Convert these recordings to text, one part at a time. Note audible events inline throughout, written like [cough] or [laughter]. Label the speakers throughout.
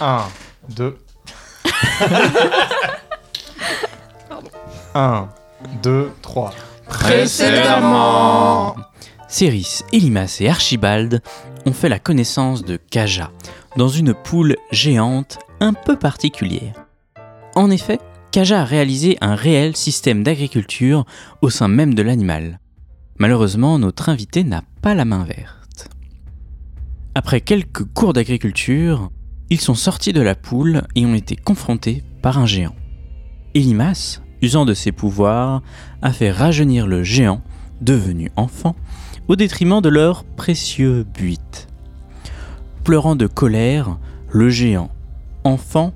Speaker 1: 1, 2. 1, 2, 3.
Speaker 2: Précédemment
Speaker 3: Céris, Elimas et Archibald ont fait la connaissance de Kaja dans une poule géante un peu particulière. En effet, Kaja a réalisé un réel système d'agriculture au sein même de l'animal. Malheureusement, notre invité n'a pas la main verte. Après quelques cours d'agriculture, ils sont sortis de la poule et ont été confrontés par un géant. Elimas, usant de ses pouvoirs, a fait rajeunir le géant, devenu enfant, au détriment de leur précieux buit. Pleurant de colère, le géant, enfant,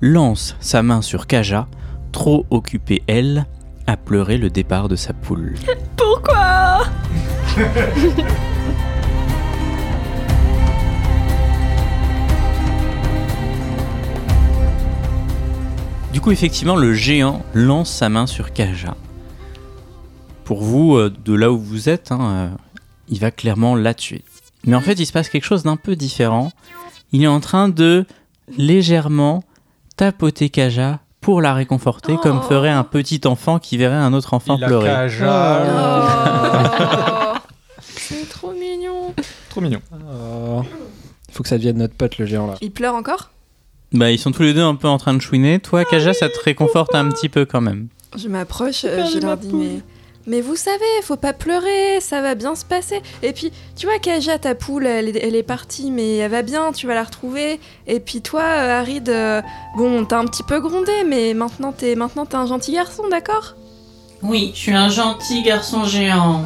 Speaker 3: lance sa main sur Kaja, trop occupée elle à pleurer le départ de sa poule.
Speaker 2: Pourquoi
Speaker 3: Du coup, effectivement, le géant lance sa main sur Kaja. Pour vous, euh, de là où vous êtes, hein, euh, il va clairement la tuer. Mais en fait, il se passe quelque chose d'un peu différent. Il est en train de légèrement tapoter Kaja pour la réconforter,
Speaker 2: Oh.
Speaker 3: comme ferait un petit enfant qui verrait un autre enfant
Speaker 1: Il a
Speaker 3: pleurer.
Speaker 1: Kaja.
Speaker 2: Oh. C'est trop mignon.
Speaker 4: Oh,
Speaker 1: Trop mignon.
Speaker 5: Faut que ça devienne notre pote le géant là.
Speaker 2: [laughs] Il pleure encore
Speaker 3: Bah, ils sont tous les deux un peu en train de chouiner.
Speaker 2: Ah
Speaker 3: Toi, Kaja, ça te réconforte un petit peu quand même.
Speaker 2: Je m'approche, euh, je leur dis mais, mais vous savez, faut pas pleurer, ça va bien se passer. Et puis, tu vois, Kaja, ta poule, elle est, elle est partie, mais elle va bien, tu vas la retrouver. Et puis toi, euh, Harid, euh, bon, t'as un petit peu grondé, mais maintenant t'es maintenant t'es un gentil garçon, d'accord
Speaker 4: Oui, je suis un gentil garçon géant.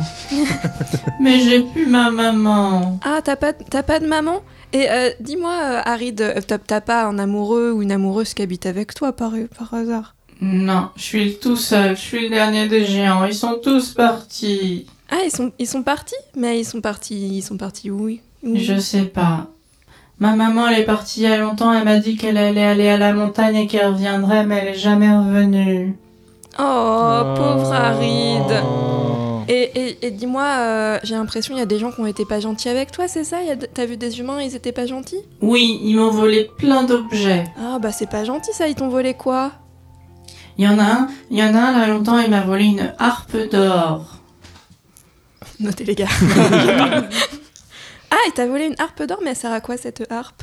Speaker 4: Mais j'ai plus ma maman.
Speaker 2: Ah, t'as pas, t'as pas de maman Et euh, dis-moi, euh, Harid, euh, t'as- t'as pas un amoureux ou une amoureuse qui habite avec toi par, par hasard
Speaker 4: Non, je suis le tout seul, je suis le dernier des géants, ils sont tous partis.
Speaker 2: Ah, ils sont, ils sont partis Mais ils sont partis, ils sont partis où oui
Speaker 4: Je sais pas. Ma maman, elle est partie il y a longtemps, elle m'a dit qu'elle allait aller à la montagne et qu'elle reviendrait, mais elle est jamais revenue.
Speaker 2: Oh, pauvre Harid
Speaker 1: Oh.
Speaker 2: Et, et- et dis-moi, euh, j'ai l'impression il y a des gens qui ont été pas gentils avec toi, c'est ça Il y a de- T'as vu des humains, ils étaient pas gentils
Speaker 4: Oui, ils m'ont volé plein d'objets.
Speaker 2: Ah bah c'est pas gentil ça, ils t'ont volé quoi [laughs]
Speaker 4: Il y en a un, il y en a un, là longtemps, il m'a volé une harpe d'or.
Speaker 2: Notez les gars. [laughs] ah, il t'a volé une harpe d'or, mais elle sert à quoi cette harpe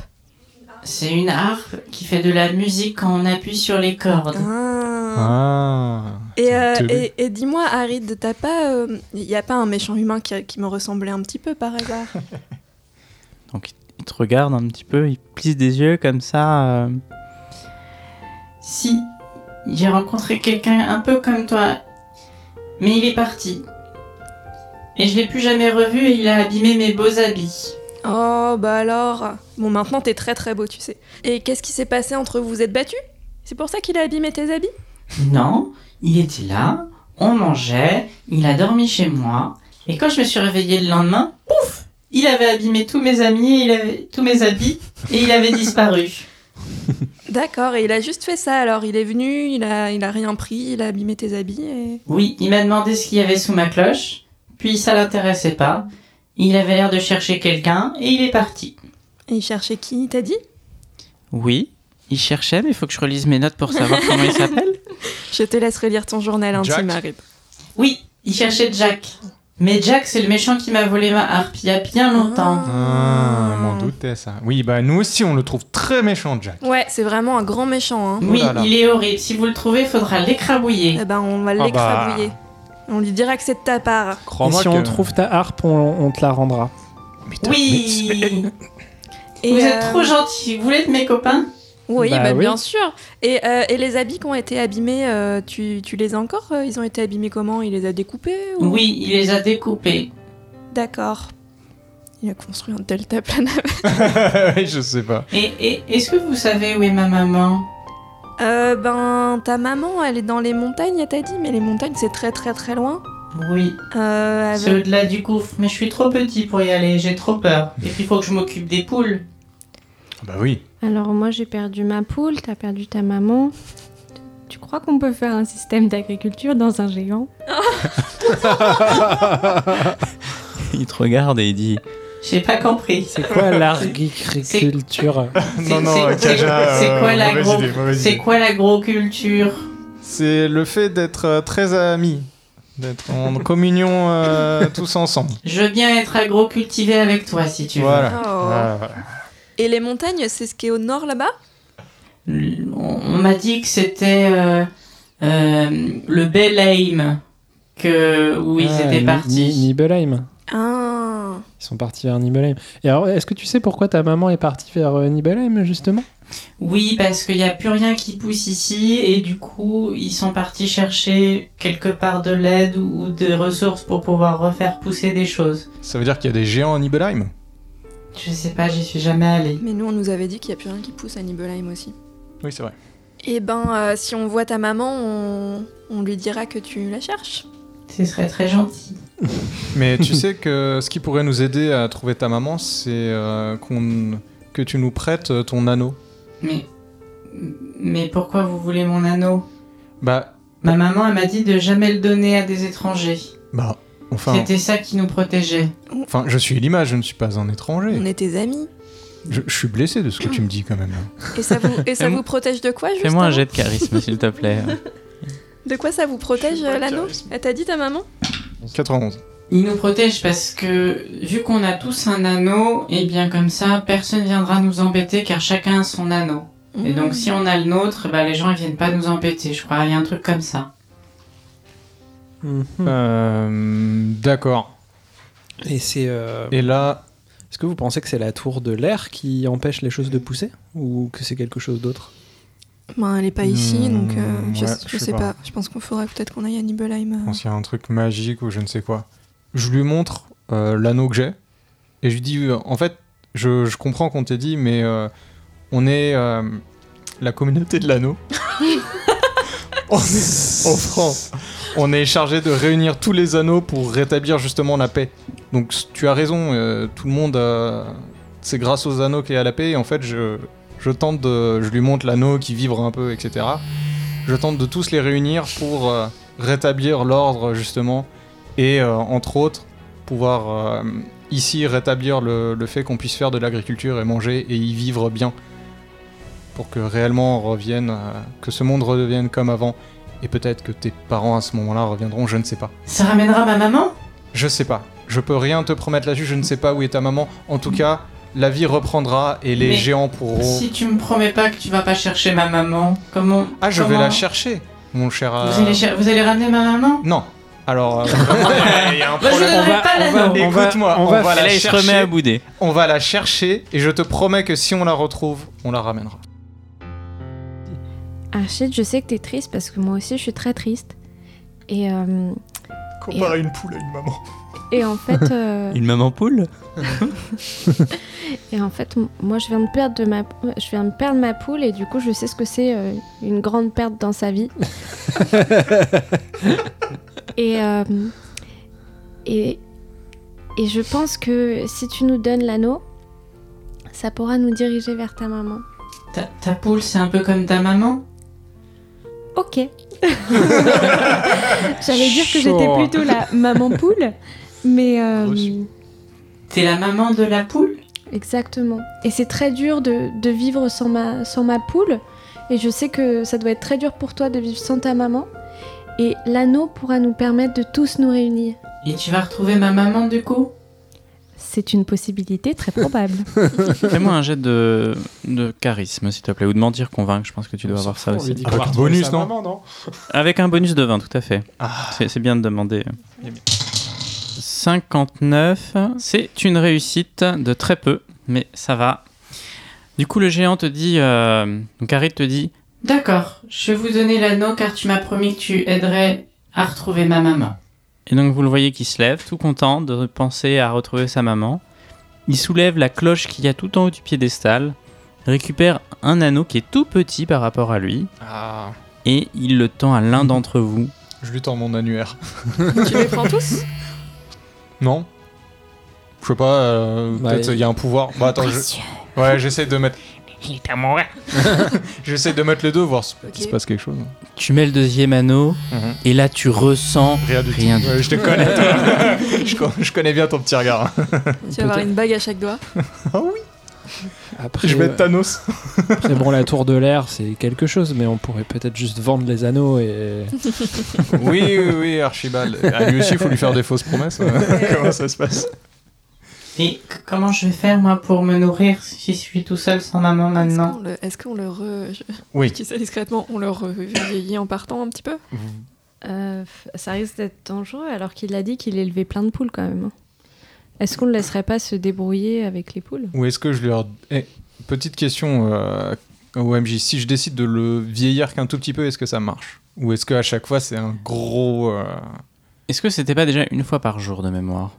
Speaker 4: C'est une harpe qui fait de la musique quand on appuie sur les cordes.
Speaker 2: Ah.
Speaker 1: Ah.
Speaker 2: Et, euh,
Speaker 1: T'as vu
Speaker 2: et, et dis-moi, Harid, t'as pas, euh, y a pas un méchant humain qui, qui me ressemblait un petit peu par hasard
Speaker 3: Il te regarde un petit peu, il plisse des yeux comme ça. euh, [laughs]
Speaker 4: Si, j'ai rencontré quelqu'un un peu comme toi, mais il est parti. Et je l'ai plus jamais revu et il a abîmé mes beaux habits.
Speaker 2: Oh bah alors. Bon, maintenant t'es très très beau, tu sais. Et qu'est-ce qui s'est passé entre vous Vous êtes battus C'est pour ça qu'il a abîmé tes habits
Speaker 4: Non, il était là, on mangeait, il a dormi chez moi, et quand je me suis réveillée le lendemain, pouf Il avait abîmé tous mes amis, et il avait tous mes habits, et il avait disparu.
Speaker 2: D'accord, et il a juste fait ça alors. Il est venu, il a, il a rien pris, il a abîmé tes habits et.
Speaker 4: Oui, il m'a demandé ce qu'il y avait sous ma cloche, puis ça l'intéressait pas. Il avait l'air de chercher quelqu'un, et il est parti.
Speaker 2: et il cherchait qui il T'as dit
Speaker 3: Oui, il cherchait, mais il faut que je relise mes notes pour savoir comment il s'appelle.
Speaker 2: Je te laisserai lire ton journal intime,
Speaker 1: Jack
Speaker 2: Harid.
Speaker 4: [laughs] Oui, il cherchait Jack. Mais Jack, c'est le méchant qui m'a volé ma harpe il y a bien longtemps.
Speaker 1: Ah, je m'en doutais ça. Oui, bah nous aussi on le trouve très méchant, Jack.
Speaker 2: Ouais, c'est vraiment un grand méchant. Hein.
Speaker 4: Oui,
Speaker 1: Oh là là.
Speaker 4: il est horrible. Si vous le trouvez, faudra l'écrabouiller.
Speaker 2: Eh ben, on va
Speaker 1: bah.
Speaker 2: l'écrabouiller. On lui dira que c'est de ta part.
Speaker 5: Et
Speaker 1: Crois-moi
Speaker 5: si
Speaker 1: que...
Speaker 5: on trouve ta harpe, on, on te la rendra.
Speaker 4: Oui.
Speaker 2: Et
Speaker 4: vous
Speaker 2: euh,
Speaker 4: êtes trop gentils, vous voulez être mes copains
Speaker 2: Oui,
Speaker 5: Bah
Speaker 2: bah,
Speaker 5: oui.
Speaker 2: bien sûr. Et, euh, et les habits qui ont été abîmés, euh, tu, tu les as encore euh, Ils ont été abîmés comment Il les a découpés ou-
Speaker 4: Oui, il les a découpés.
Speaker 2: D'accord. Il a construit un delta plane.
Speaker 1: [laughs] je sais pas.
Speaker 4: Et, et est-ce que vous savez où est ma maman
Speaker 2: Euh, ben, ta maman, elle est dans les montagnes, elle t'a dit, mais les montagnes, c'est très très très loin.
Speaker 4: Oui,
Speaker 2: Euh,
Speaker 4: c'est
Speaker 2: avec-
Speaker 4: au-delà du gouffre, mais je suis trop petit pour y aller, j'ai trop peur. Et puis il faut que je m'occupe des poules.
Speaker 1: Ah Bah oui.
Speaker 6: Alors moi j'ai perdu ma poule, t'as perdu ta maman. Tu crois qu'on peut faire un système d'agriculture dans un géant
Speaker 3: Il te regarde et il dit
Speaker 4: J'ai pas compris.
Speaker 5: C'est
Speaker 1: [laughs]
Speaker 5: quoi l'agriculture
Speaker 1: Non,
Speaker 4: C'est-
Speaker 1: non,
Speaker 4: c'est-
Speaker 1: Kaja.
Speaker 4: c'est- c'est
Speaker 1: euh,
Speaker 4: quoi la
Speaker 1: mauvaise
Speaker 4: gro-
Speaker 1: idée, mauvaise
Speaker 4: C'est
Speaker 1: idée.
Speaker 4: quoi l'agroculture
Speaker 1: C'est le fait d'être euh, très amis, d'être
Speaker 4: [laughs]
Speaker 1: en communion euh, tous ensemble.
Speaker 4: Je veux bien être agrocultivé avec toi si tu veux.
Speaker 1: Voilà. Ah.
Speaker 2: Oh.
Speaker 1: Voilà, voilà.
Speaker 2: Et les montagnes, c'est ce qui est au nord là-bas
Speaker 4: L- On, on m'a dit que c'était euh, euh, le Bel Aim que où ils étaient partis.
Speaker 5: Ah, Nibelheim.
Speaker 2: Ah.
Speaker 5: Ils sont partis vers Nibelheim. Et alors, est-ce que tu sais pourquoi ta maman est partie vers euh, Nibelheim, justement
Speaker 4: Oui, parce qu'il n'y a plus rien qui pousse ici et du coup, ils sont partis chercher quelque part de l'aide ou des ressources pour pouvoir refaire pousser des choses.
Speaker 1: Ça veut dire qu'il y a des géants en hein Nibelheim
Speaker 4: Je sais pas, j'y suis jamais allée.
Speaker 2: Mais nous, on nous avait dit qu'il n'y a plus rien qui pousse à Nibelheim aussi.
Speaker 1: Oui, c'est vrai.
Speaker 2: Eh ben, euh, si on voit ta maman, on... on lui dira que tu la cherches.
Speaker 4: Ce serait très gentil.
Speaker 1: Mais tu sais que ce qui pourrait nous aider à trouver ta maman, c'est euh, qu'on que tu nous prêtes euh, ton anneau.
Speaker 4: Mais mais pourquoi vous voulez mon anneau
Speaker 1: Bah,
Speaker 4: Ma maman elle m'a dit de jamais le donner à des étrangers.
Speaker 1: bah, enfin,
Speaker 4: C'était ça qui nous protégeait.
Speaker 1: enfin, je suis l'image, je ne suis pas un
Speaker 2: On
Speaker 1: étranger.
Speaker 2: est tes amis.
Speaker 1: Je, je suis blessé de ce que tu me dis quand même. hein.
Speaker 2: Et ça vous, et ça
Speaker 3: Fais-moi-
Speaker 2: vous protège de quoi, justement
Speaker 3: Fais-moi un jet de charisme, s'il te plaît.
Speaker 2: De quoi ça vous
Speaker 1: Je
Speaker 2: protège,
Speaker 1: sais pas,
Speaker 2: euh, l'anneau
Speaker 1: charisme.
Speaker 2: Elle t'a dit ta maman
Speaker 1: 91.
Speaker 4: Il nous protège parce que vu qu'on a tous un anneau, et bien comme ça, personne viendra nous embêter car chacun a son anneau. Et donc
Speaker 2: Mmh.
Speaker 4: si on a le nôtre, bah, les gens ils viennent pas nous embêter, je crois, il y a un truc comme ça.
Speaker 5: Mm.
Speaker 1: Hmm. Euh, D'accord.
Speaker 5: Et c'est. euh,
Speaker 1: Et là,
Speaker 5: Est-ce que vous pensez que c'est la tour de l'air qui empêche les choses de pousser Ou que c'est quelque chose d'autre
Speaker 2: Ben, elle est pas ici,
Speaker 1: Hmm,
Speaker 2: donc euh, je,
Speaker 1: ouais,
Speaker 2: je sais pas. Je pense qu'on faudrait peut-être qu'on aille à Nibelheim. euh.
Speaker 1: je pense qu'il y a un truc magique ou je ne sais quoi. Je lui montre euh, l'anneau que j'ai et je lui dis euh, en fait, je, je comprends qu'on t'ait dit, mais euh, on est euh, la communauté de l'anneau. on est [laughs] en France. On est chargé de réunir tous les anneaux pour rétablir justement la paix. Donc s- tu as raison, euh, tout le monde. euh, c'est grâce aux anneaux qu'il y a la paix. Et en fait, je, je tente de. Je lui montre l'anneau qui vibre un peu, etc. Je tente de tous les réunir pour euh, rétablir l'ordre, justement. Et euh, entre autres, pouvoir euh, ici rétablir le, le fait qu'on puisse faire de l'agriculture et manger et y vivre bien. Pour que réellement on revienne. euh, que ce monde redevienne comme avant. Et peut-être que tes parents à ce moment-là reviendront, je ne sais pas.
Speaker 4: Ça ramènera ma maman
Speaker 1: Je sais pas. Je peux rien te promettre là-dessus. Je ne sais pas où est ta maman. En tout cas, la vie reprendra et les
Speaker 4: Mais
Speaker 1: géants pourront.
Speaker 4: Si tu me promets pas que tu vas pas chercher ma maman, comment
Speaker 1: Ah, je vais
Speaker 4: comment-
Speaker 1: la chercher, mon cher. euh,
Speaker 4: Vous allez, cher- vous allez ramener ma maman
Speaker 1: Non. [laughs] Alors, euh, il y [laughs] a un
Speaker 4: Bah, je
Speaker 1: problème.
Speaker 4: donnerai pas l'anneau.
Speaker 1: on va- Écoute-moi, on va
Speaker 3: Et là,
Speaker 1: la
Speaker 3: il se remet
Speaker 1: chercher.
Speaker 3: à bouder.
Speaker 1: On va la chercher et je te promets que si on la retrouve, on la ramènera.
Speaker 6: Archid, Ah, je sais que t'es triste parce que moi aussi je suis très triste. Et, euh,
Speaker 1: Comparer une poule à une maman.
Speaker 6: et en fait, euh,
Speaker 3: Une maman poule
Speaker 6: et en fait, m- moi je viens de perdre de ma, euh, je viens de perdre ma poule et du coup je sais ce que c'est euh, une grande perte dans sa [laughs] vie. et euh, et et je pense que si tu nous donnes l'anneau, ça pourra nous diriger vers ta maman.
Speaker 4: ta, ta poule, c'est un peu comme ta maman
Speaker 6: Ok. J'allais dire que j'étais
Speaker 1: Chaud.
Speaker 6: plutôt la maman poule, mais euh,
Speaker 1: Reçu.
Speaker 4: T'es la maman de la poule
Speaker 6: exactement. Et c'est très dur de, de vivre sans ma, sans ma poule, et je sais que ça doit être très dur pour toi de vivre sans ta maman. Et l'anneau pourra nous permettre de tous nous réunir.
Speaker 4: Et tu vas retrouver ma maman du coup
Speaker 6: C'est une possibilité très probable.
Speaker 3: Fais-moi un jet de, de charisme, s'il te plaît, ou de mentir convaincre. Je pense que tu dois avoir ça aussi.
Speaker 1: Avec un bonus, non
Speaker 3: Avec un bonus de 20, tout à fait.
Speaker 1: Ah.
Speaker 3: C'est c'est bien de demander.
Speaker 1: Eh
Speaker 3: 59, c'est une réussite de très peu, mais ça va. Du coup, le géant te dit, euh, donc Harry te dit,
Speaker 4: D'accord, je vais vous donner l'anneau car tu m'as promis que tu aiderais à retrouver ma maman.
Speaker 3: et donc vous le voyez qui se lève, tout content de penser à retrouver sa maman. Il soulève la cloche qu'il y a tout en haut du piédestal, récupère un anneau qui est tout petit par rapport à lui,
Speaker 1: Ah,
Speaker 3: et il le tend à l'un d'entre vous.
Speaker 1: je lui tends mon annuaire.
Speaker 2: tu les prends tous
Speaker 1: Non Je sais pas, euh,
Speaker 5: Bah,
Speaker 1: peut-être il y a un pouvoir. Bah, attends, je... Bah, Ouais, j'essaie de mettre.
Speaker 4: il est à moi.
Speaker 1: [laughs] J'essaie de mettre les deux, voir s'il
Speaker 2: Ok.
Speaker 1: se passe quelque chose.
Speaker 3: Tu mets le deuxième anneau
Speaker 1: Mhm.
Speaker 3: et là tu ressens
Speaker 1: Rien du
Speaker 3: Rien
Speaker 1: tout.
Speaker 3: du
Speaker 1: Ouais, je te connais, toi. [laughs] je, con- je connais bien ton petit regard.
Speaker 2: Tu vas avoir une bague à chaque doigt.
Speaker 5: Après, euh,
Speaker 1: Je vais être Thanos.
Speaker 5: après, bon, la tour de l'air, c'est quelque chose, mais on pourrait peut-être juste vendre les anneaux et.
Speaker 1: [laughs] Oui, oui, oui, Archibald. À lui aussi, il faut lui faire des fausses promesses. [laughs] Comment ça se passe
Speaker 4: Et c- comment je vais faire moi pour me nourrir si je suis tout seul sans maman
Speaker 2: Est-ce
Speaker 4: maintenant
Speaker 2: qu'on le, est-ce qu'on le re... je-
Speaker 1: Oui.
Speaker 2: je [laughs] dis ça discrètement, on le revieillit en partant un petit peu
Speaker 6: Euh, f- ça risque d'être dangereux alors qu'il a dit qu'il élevait plein de poules quand même. hein. Est-ce qu'on ne le laisserait pas se débrouiller avec les poules
Speaker 1: Ou est-ce que je leur. Eh, petite question euh, au MJ. Si je décide de le vieillir qu'un tout petit peu, est-ce que ça marche Ou est-ce qu'à chaque fois, c'est un gros. euh,
Speaker 3: Est-ce que c'était pas déjà une fois par jour de mémoire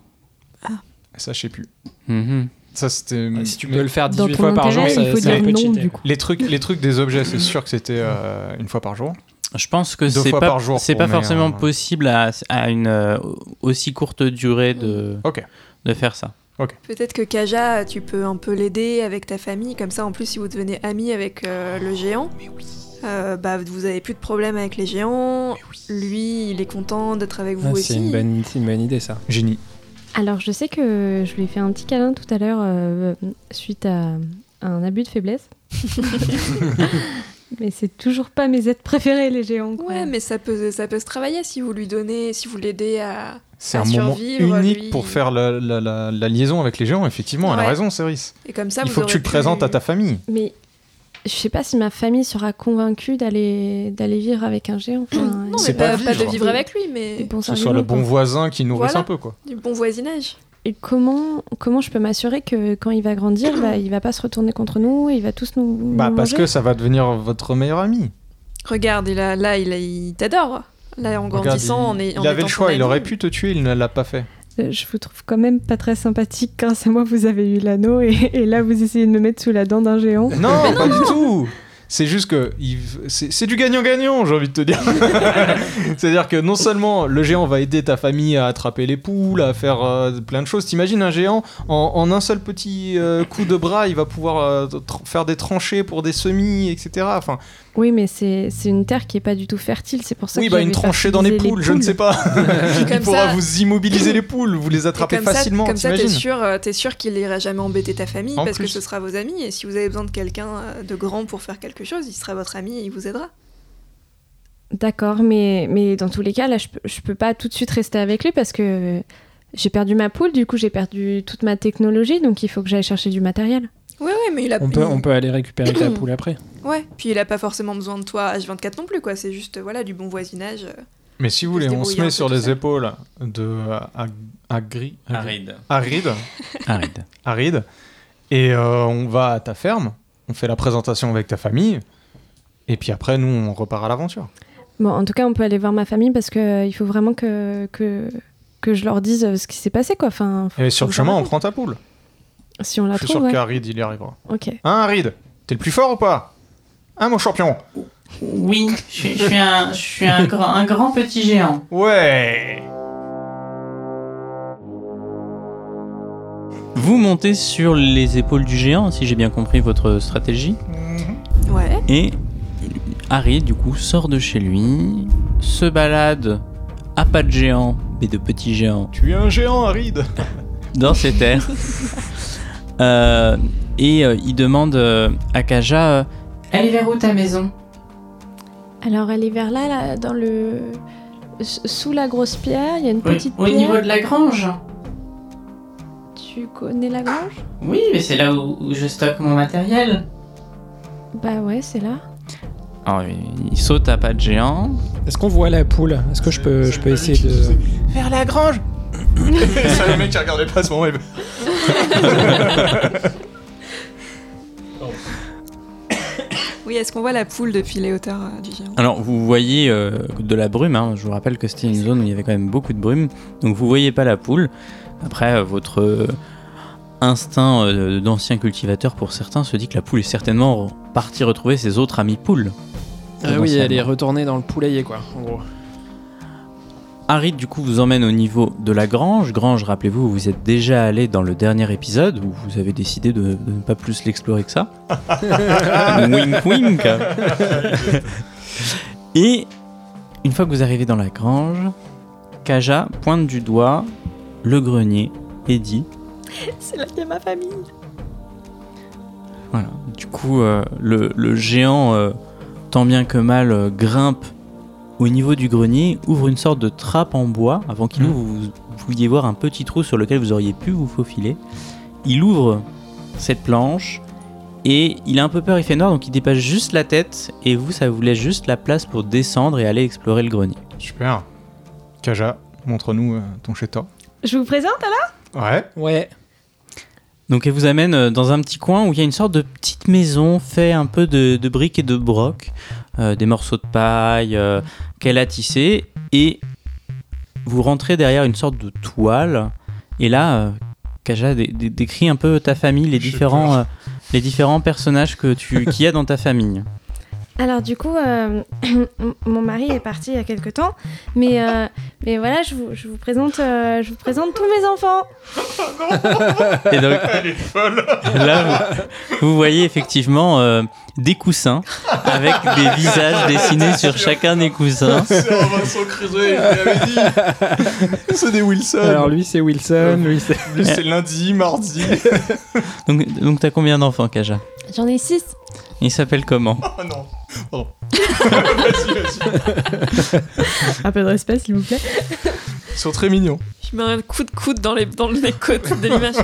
Speaker 1: Ça, je sais plus.
Speaker 3: Mhm.
Speaker 1: Ça, c'était.
Speaker 5: Euh, si tu
Speaker 1: mais
Speaker 5: peux le faire
Speaker 6: Dans
Speaker 5: 18
Speaker 6: ton
Speaker 5: Ah, fois par jour,
Speaker 6: intérêt,
Speaker 5: ça,
Speaker 6: il faut
Speaker 5: ça
Speaker 6: dire
Speaker 5: peut
Speaker 6: non
Speaker 5: cheater.
Speaker 6: du coup.
Speaker 1: Les trucs, les trucs des objets, c'est sûr que c'était euh, une fois par jour.
Speaker 3: Je pense que
Speaker 1: Deux
Speaker 3: c'est
Speaker 1: fois
Speaker 3: pas,
Speaker 1: par jour
Speaker 3: c'est
Speaker 1: pour
Speaker 3: pas
Speaker 1: mes,
Speaker 3: forcément
Speaker 1: euh,
Speaker 3: possible à, à une euh, aussi courte durée de,
Speaker 1: Ok.
Speaker 3: de faire ça.
Speaker 2: Peut-être que Kaja, tu peux un peu l'aider avec ta famille, comme ça en plus si vous devenez amis avec euh, le géant, euh, bah, vous avez plus de problème avec les géants, lui il est content d'être avec vous
Speaker 5: Ah,
Speaker 2: aussi.
Speaker 5: c'est une bonne, c'est une bonne idée, ça.
Speaker 1: Génie.
Speaker 6: Alors je sais que je lui ai fait un petit câlin tout à l'heure euh, suite à un abus
Speaker 1: [laughs]
Speaker 6: de faiblesse. [laughs] Mais c'est toujours pas mes aides préférées, les géants. quoi.
Speaker 2: Ouais mais ça peut, ça peut se travailler si vous lui donnez, si vous l'aidez à...
Speaker 1: C'est
Speaker 2: À
Speaker 1: un moment
Speaker 2: survivre,
Speaker 1: unique
Speaker 2: lui.
Speaker 1: pour faire la, la- la- la liaison avec les géants, effectivement. Elle a
Speaker 2: Ouais.
Speaker 1: raison, Céris.
Speaker 2: Et comme ça
Speaker 1: Il
Speaker 2: vous
Speaker 1: faut que
Speaker 2: aurez
Speaker 1: tu le
Speaker 2: plus-
Speaker 1: présentes à ta famille.
Speaker 6: Mais je sais pas si ma famille sera convaincue d'aller d'aller vivre avec un géant. Enfin,
Speaker 2: Non
Speaker 1: C'est
Speaker 2: mais pas,
Speaker 1: pas
Speaker 2: pas de
Speaker 1: vivre.
Speaker 2: vivre avec lui
Speaker 6: des
Speaker 2: mais
Speaker 6: bons
Speaker 1: Que ce soit
Speaker 6: arguments,
Speaker 1: le bon
Speaker 6: quoi.
Speaker 1: voisin qui nourrisse
Speaker 2: Voilà.
Speaker 1: un peu, quoi.
Speaker 2: du bon voisinage.
Speaker 6: Et comment comment je peux m'assurer que quand il va grandir, bah, il va pas se retourner contre nous, il va tous nous, nous
Speaker 1: Bah, parce
Speaker 6: manger
Speaker 1: que ça va devenir votre meilleur ami.
Speaker 2: Regarde, il a- là il, a- il t'adore. Là en
Speaker 1: Regarde,
Speaker 2: grandissant,
Speaker 1: il,
Speaker 2: on est...
Speaker 1: il avait le choix, il aurait pu te tuer, il ne l'a pas fait.
Speaker 6: Euh, Je vous trouve quand même pas très sympathique. Grâce à moi, vous avez eu l'anneau et, et là, vous essayez de me mettre sous la dent d'un géant.
Speaker 1: [laughs] Non, pas du tout. C'est juste que il- c'est c'est du gagnant-gagnant, j'ai envie de te [laughs] dire. C'est-à-dire que non seulement le géant va aider ta famille à attraper les poules, à faire euh, plein de choses. T'imagines un géant en, en un seul petit euh, coup de bras, il va pouvoir euh, tr- faire des tranchées pour des semis, etc. Enfin,
Speaker 6: Oui, mais c'est c'est une terre qui est pas du tout fertile. C'est pour ça
Speaker 1: oui,
Speaker 6: que
Speaker 1: bah
Speaker 6: j'avais
Speaker 1: une tranchée dans les poules,
Speaker 6: fertilisé
Speaker 1: je ne sais pas.
Speaker 2: [laughs]
Speaker 1: il
Speaker 2: Comme
Speaker 1: pourra
Speaker 2: ça-
Speaker 1: vous immobiliser les poules, vous les
Speaker 2: Et
Speaker 1: attraper
Speaker 2: comme
Speaker 1: facilement.
Speaker 2: Ça, comme ça, t'es
Speaker 1: t'imagines
Speaker 2: sûr, euh, t'es sûr qu'il ira jamais embêter ta famille
Speaker 1: En
Speaker 2: parce
Speaker 1: plus.
Speaker 2: que ce sera vos amis. Et si vous avez besoin de quelqu'un euh, de grand pour faire quelque chose, il sera votre ami et il vous aidera.
Speaker 6: D'accord, mais, mais dans tous les cas, là, je, peux- je peux pas tout de suite rester avec lui parce que j'ai perdu ma poule, du coup, j'ai perdu toute ma technologie, donc il faut que j'aille chercher du matériel.
Speaker 2: Ouais, ouais, mais il a.
Speaker 5: On peut, on peut aller récupérer ta poule après.
Speaker 2: Ouais, puis il a pas forcément besoin de toi H24 non plus, quoi. C'est juste, euh, voilà, du bon voisinage. euh.
Speaker 1: Mais si vous
Speaker 2: Il
Speaker 1: voulez,
Speaker 2: se
Speaker 1: on se
Speaker 2: débrouille un
Speaker 1: met
Speaker 2: peu
Speaker 1: sur
Speaker 2: tout
Speaker 1: les
Speaker 2: seul.
Speaker 1: épaules de euh, Ag- Agri. Aride.
Speaker 3: Aride.
Speaker 1: aride. Et euh, on va à ta ferme, on fait la présentation avec ta famille, et puis après, nous, on repart à l'aventure.
Speaker 6: Bon, en tout cas, on peut aller voir ma famille parce que euh, il faut vraiment que, que, que je leur dise euh, ce qui s'est passé, quoi. Enfin, faut-
Speaker 1: Et sur
Speaker 6: faut
Speaker 1: le
Speaker 6: que
Speaker 1: chemin,
Speaker 6: je
Speaker 1: on
Speaker 6: leur
Speaker 1: prend ta poule.
Speaker 6: raconte. Si on la
Speaker 1: Je suis
Speaker 6: trouve,
Speaker 1: sûr
Speaker 6: ouais.
Speaker 1: qu'Aride, il y arrivera.
Speaker 6: Ok.
Speaker 1: Hein, Aride T'es le plus fort ou pas Hein, mon champion
Speaker 4: Oui, je, suis- je suis un, je suis un grand, un grand petit géant.
Speaker 1: Ouais
Speaker 3: Vous montez sur les épaules du géant, si j'ai bien compris votre stratégie.
Speaker 2: Ouais.
Speaker 3: Et Harry, du coup, sort de chez lui, se balade à pas de géant, mais de petit géant,
Speaker 1: Tu es un géant, Aride
Speaker 3: dans ses terres. Euh, et euh, il demande euh, à Kaja euh,
Speaker 4: Elle est vers où ta maison
Speaker 6: Alors, elle est vers là, là, dans le. s- Sous la grosse pierre, il y a une
Speaker 4: Au-
Speaker 6: petite
Speaker 4: Au
Speaker 6: pierre.
Speaker 4: niveau de la grange.
Speaker 6: Tu connais la grange
Speaker 4: Oui, mais c'est là où, où je stocke mon matériel.
Speaker 6: Bah ouais, c'est là.
Speaker 3: alors, il- il saute à pas de géant.
Speaker 5: Est-ce qu'on voit la poule Est-ce que je peux, je peux essayer
Speaker 1: Ah
Speaker 5: de.
Speaker 1: Vers la [laughs] grange C'est le mec qui regardait pas ce moment. il-
Speaker 2: Oui, est-ce qu'on voit la poule depuis les hauteurs euh, du géant
Speaker 3: Alors, vous voyez euh, de la brume, hein. je vous rappelle que c'était une zone où il y avait quand même beaucoup de brume, donc vous voyez pas la poule. Après, euh, votre euh, instinct euh, d'ancien cultivateur pour certains se dit que la poule est certainement partie retrouver ses autres amis poules.
Speaker 5: Ah oui, elle est
Speaker 3: potentiellement.
Speaker 5: retournée dans le poulailler, quoi, en gros.
Speaker 3: Harry, du coup, vous emmène au niveau de la grange. Grange, rappelez-vous, vous êtes déjà allé dans le dernier épisode où vous avez décidé de, de ne pas plus l'explorer que ça. wink wink. Et une fois que vous arrivez dans la grange, Kaja pointe du doigt le grenier et dit
Speaker 2: C'est là qu'il y a ma famille.
Speaker 3: voilà. Du coup, euh, le, le géant, euh, tant bien que mal, euh, grimpe au niveau du grenier, ouvre une sorte de trappe en bois avant qu'il
Speaker 1: Mhm.
Speaker 3: ouvre. Vous vous vouliez voir un petit trou sur lequel vous auriez pu vous faufiler. Il ouvre cette planche et il a un peu peur, il fait noir, donc il dépasse juste la tête et vous, ça vous laisse juste la place pour descendre et aller explorer le grenier.
Speaker 1: Super. Kaja, montre-nous euh, ton chéta.
Speaker 6: Je vous présente
Speaker 1: [laughs]
Speaker 6: alors
Speaker 1: Ouais.
Speaker 5: Ouais.
Speaker 3: Donc elle vous amène euh, dans un petit coin où il y a une sorte de petite maison fait un peu de, de briques et de broc, euh, des morceaux de paille euh, qu'elle a tissé et vous rentrez derrière une sorte de toile et là euh, Kaja dé- dé- décrit un peu ta famille, les
Speaker 1: J'ai
Speaker 3: différents,
Speaker 1: peur.
Speaker 3: euh, les différents personnages que tu qu'il y a dans ta famille.
Speaker 6: Alors du coup, euh, [clears throat] mon mari est parti il y a quelque temps, mais, euh, mais voilà, je vous, je vous présente, euh, je vous présente tous mes enfants.
Speaker 3: Et donc, Là, vous, vous voyez effectivement euh, des coussins avec des visages dessinés sur chacun des coussins.
Speaker 1: [laughs] C'est des Wilson.
Speaker 5: Alors lui c'est Wilson,
Speaker 1: euh,
Speaker 5: lui c'est.
Speaker 1: Lui, c'est lundi, mardi.
Speaker 3: Donc, donc t'as combien d'enfants, Kaja
Speaker 6: J'en ai six.
Speaker 3: Ils s'appellent comment
Speaker 1: oh non.
Speaker 7: Un peu de respect, s'il vous plaît.
Speaker 1: Ils sont très mignons.
Speaker 2: Je mets un coup de coude dans les, dans les côtes de l'image.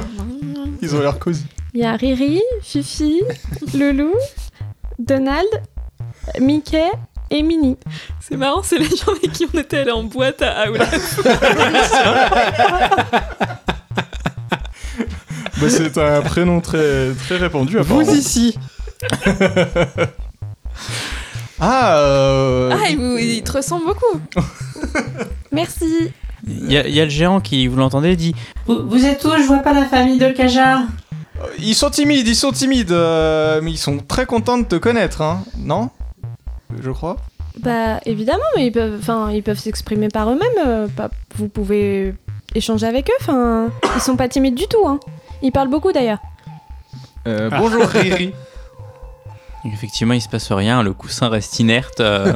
Speaker 1: Ils ont l'air cosy.
Speaker 6: Il y a Riri, Fifi, Loulou, Donald, Mickey et Minnie.
Speaker 2: C'est marrant, c'est les gens avec qui on était allés en boîte à Aula.
Speaker 1: Bah, c'est un prénom très, très répandu, apparemment.
Speaker 5: ici
Speaker 1: [laughs] Ah, euh...
Speaker 2: Ah, ils, vous- ils te ressemblent beaucoup.
Speaker 6: [laughs] Merci.
Speaker 3: Il y, a- il y a le géant qui, vous l'entendez, dit
Speaker 4: Vous, vous êtes où Je vois pas la famille de Kajar.
Speaker 1: Ils sont timides, ils sont timides, euh, mais ils sont très contents de te connaître, hein, non Je crois.
Speaker 6: Bah évidemment, mais ils peuvent, enfin ils peuvent s'exprimer par eux-mêmes. euh, pas- vous pouvez échanger avec eux. Enfin, ils sont pas timides du tout. Hein. Ils parlent beaucoup d'ailleurs.
Speaker 1: Ah.
Speaker 5: Ah.
Speaker 1: Bonjour [laughs] Riri.
Speaker 3: Effectivement, il se passe rien, le coussin reste inerte. euh,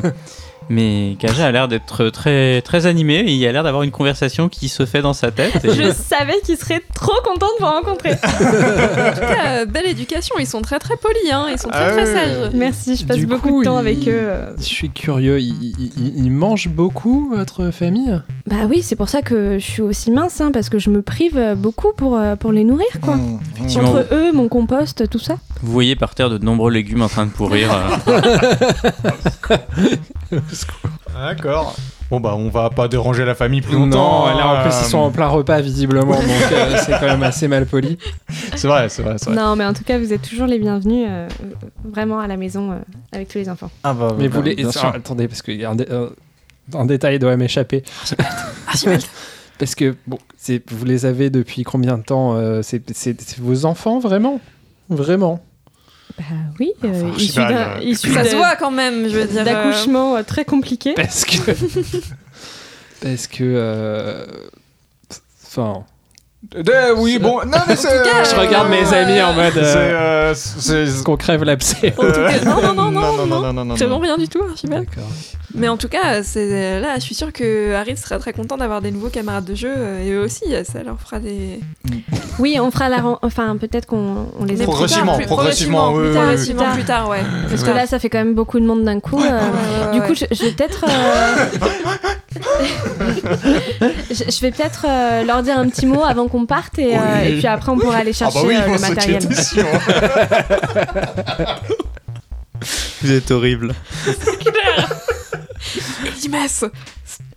Speaker 3: mais Kaja a l'air d'être très, très animé et il a l'air d'avoir une conversation qui se fait dans sa tête. et-
Speaker 6: Je savais qu'ils seraient trop contents de vous rencontrer.
Speaker 2: [laughs] En tout cas, euh, belle éducation, ils sont très très polis, hein. ils sont très
Speaker 1: Ah
Speaker 2: très
Speaker 1: ouais.
Speaker 2: sages.
Speaker 6: Merci, je passe
Speaker 5: Du
Speaker 6: beaucoup
Speaker 5: coup,
Speaker 6: de temps
Speaker 5: il-
Speaker 6: avec eux. euh.
Speaker 5: Je suis curieux, il, il- il mange beaucoup votre famille
Speaker 6: Bah oui, c'est pour ça que je suis aussi mince, hein, parce que je me prive euh, beaucoup pour, euh, pour les nourrir,
Speaker 1: Mmh.
Speaker 6: quoi.
Speaker 1: Hmm,
Speaker 3: Effectivement,
Speaker 6: Entre eux, mon compost, tout
Speaker 1: Bah,
Speaker 6: ça.
Speaker 3: vous voyez par terre de nombreux légumes en train de pourrir. euh.
Speaker 1: D'accord. Bon bah on va pas déranger la [laughs] famille plus longtemps.
Speaker 5: Non, là en plus
Speaker 1: euh,
Speaker 5: ils sont en plein repas visiblement, donc euh, c'est quand même assez mal poli.
Speaker 1: C'est vrai, c'est vrai, c'est vrai.
Speaker 6: Non, mais en tout cas, vous êtes toujours les bienvenus, euh, euh, vraiment à la maison, euh, avec tous les enfants.
Speaker 1: Ah bah,
Speaker 5: Mais vous
Speaker 1: bah,
Speaker 5: les...
Speaker 1: bien
Speaker 5: Ah,
Speaker 1: sûr.
Speaker 5: attendez, parce qu'il y a un, dé- euh, un détail doit
Speaker 2: [laughs]
Speaker 5: m'échapper. [laughs] Parce que bon, c'est- vous les avez depuis combien de temps euh, C'est c'est- c'est vos enfants vraiment Vraiment
Speaker 6: Bah oui, euh,
Speaker 1: je sais
Speaker 6: issus
Speaker 1: pas,
Speaker 6: d'un-
Speaker 1: euh,
Speaker 6: issus
Speaker 2: Ça se
Speaker 6: d'un-
Speaker 2: voit quand même, je veux dire. euh,
Speaker 6: d'accouchements euh, très compliqués.
Speaker 5: Parce que. [laughs] parce que. euh, Enfin.
Speaker 1: Euh, oui bon, non mais c'est...
Speaker 2: cas,
Speaker 5: Je regarde mes
Speaker 2: euh,
Speaker 5: amis en mode.
Speaker 1: C'est...
Speaker 5: euh,
Speaker 1: euh, c'est...
Speaker 5: Est-ce qu'on
Speaker 2: [laughs]
Speaker 5: crève l'abcès
Speaker 2: En tout cas, non, non, non,
Speaker 1: Euh, non,
Speaker 2: non, non,
Speaker 1: non, non,
Speaker 2: Vraiment
Speaker 1: non.
Speaker 2: rien du tout, hein, Archibald.
Speaker 5: D'accord.
Speaker 2: euh. Mais en tout cas, c'est euh, là, je suis sûre que Harry sera très content d'avoir des nouveaux camarades de jeu euh, et eux aussi, ça leur fera des.
Speaker 6: Oui, on fera la... ren- Enfin, peut-être qu'on on les
Speaker 2: des
Speaker 6: aime plus tard,
Speaker 1: Progressivement,
Speaker 6: plus-
Speaker 1: progressivement, oui,
Speaker 2: plus
Speaker 1: oui,
Speaker 2: tard,
Speaker 1: oui.
Speaker 2: progressivement plus tard, ouais.
Speaker 6: Parce que là, ça fait quand même beaucoup de monde d'un coup. euh, Du coup, je, je vais peut-être. euh, [laughs] je, je vais peut-être euh, leur dire un petit mot avant qu'on parte et, euh,
Speaker 1: Oui.
Speaker 6: et puis après on pourra aller
Speaker 1: Ah
Speaker 6: chercher
Speaker 1: bah oui,
Speaker 6: euh,
Speaker 1: bon,
Speaker 6: le
Speaker 1: c'est
Speaker 6: matériel.
Speaker 1: qui était
Speaker 6: [laughs]
Speaker 1: sûr.
Speaker 3: vous êtes horrible.
Speaker 2: [laughs] Elimas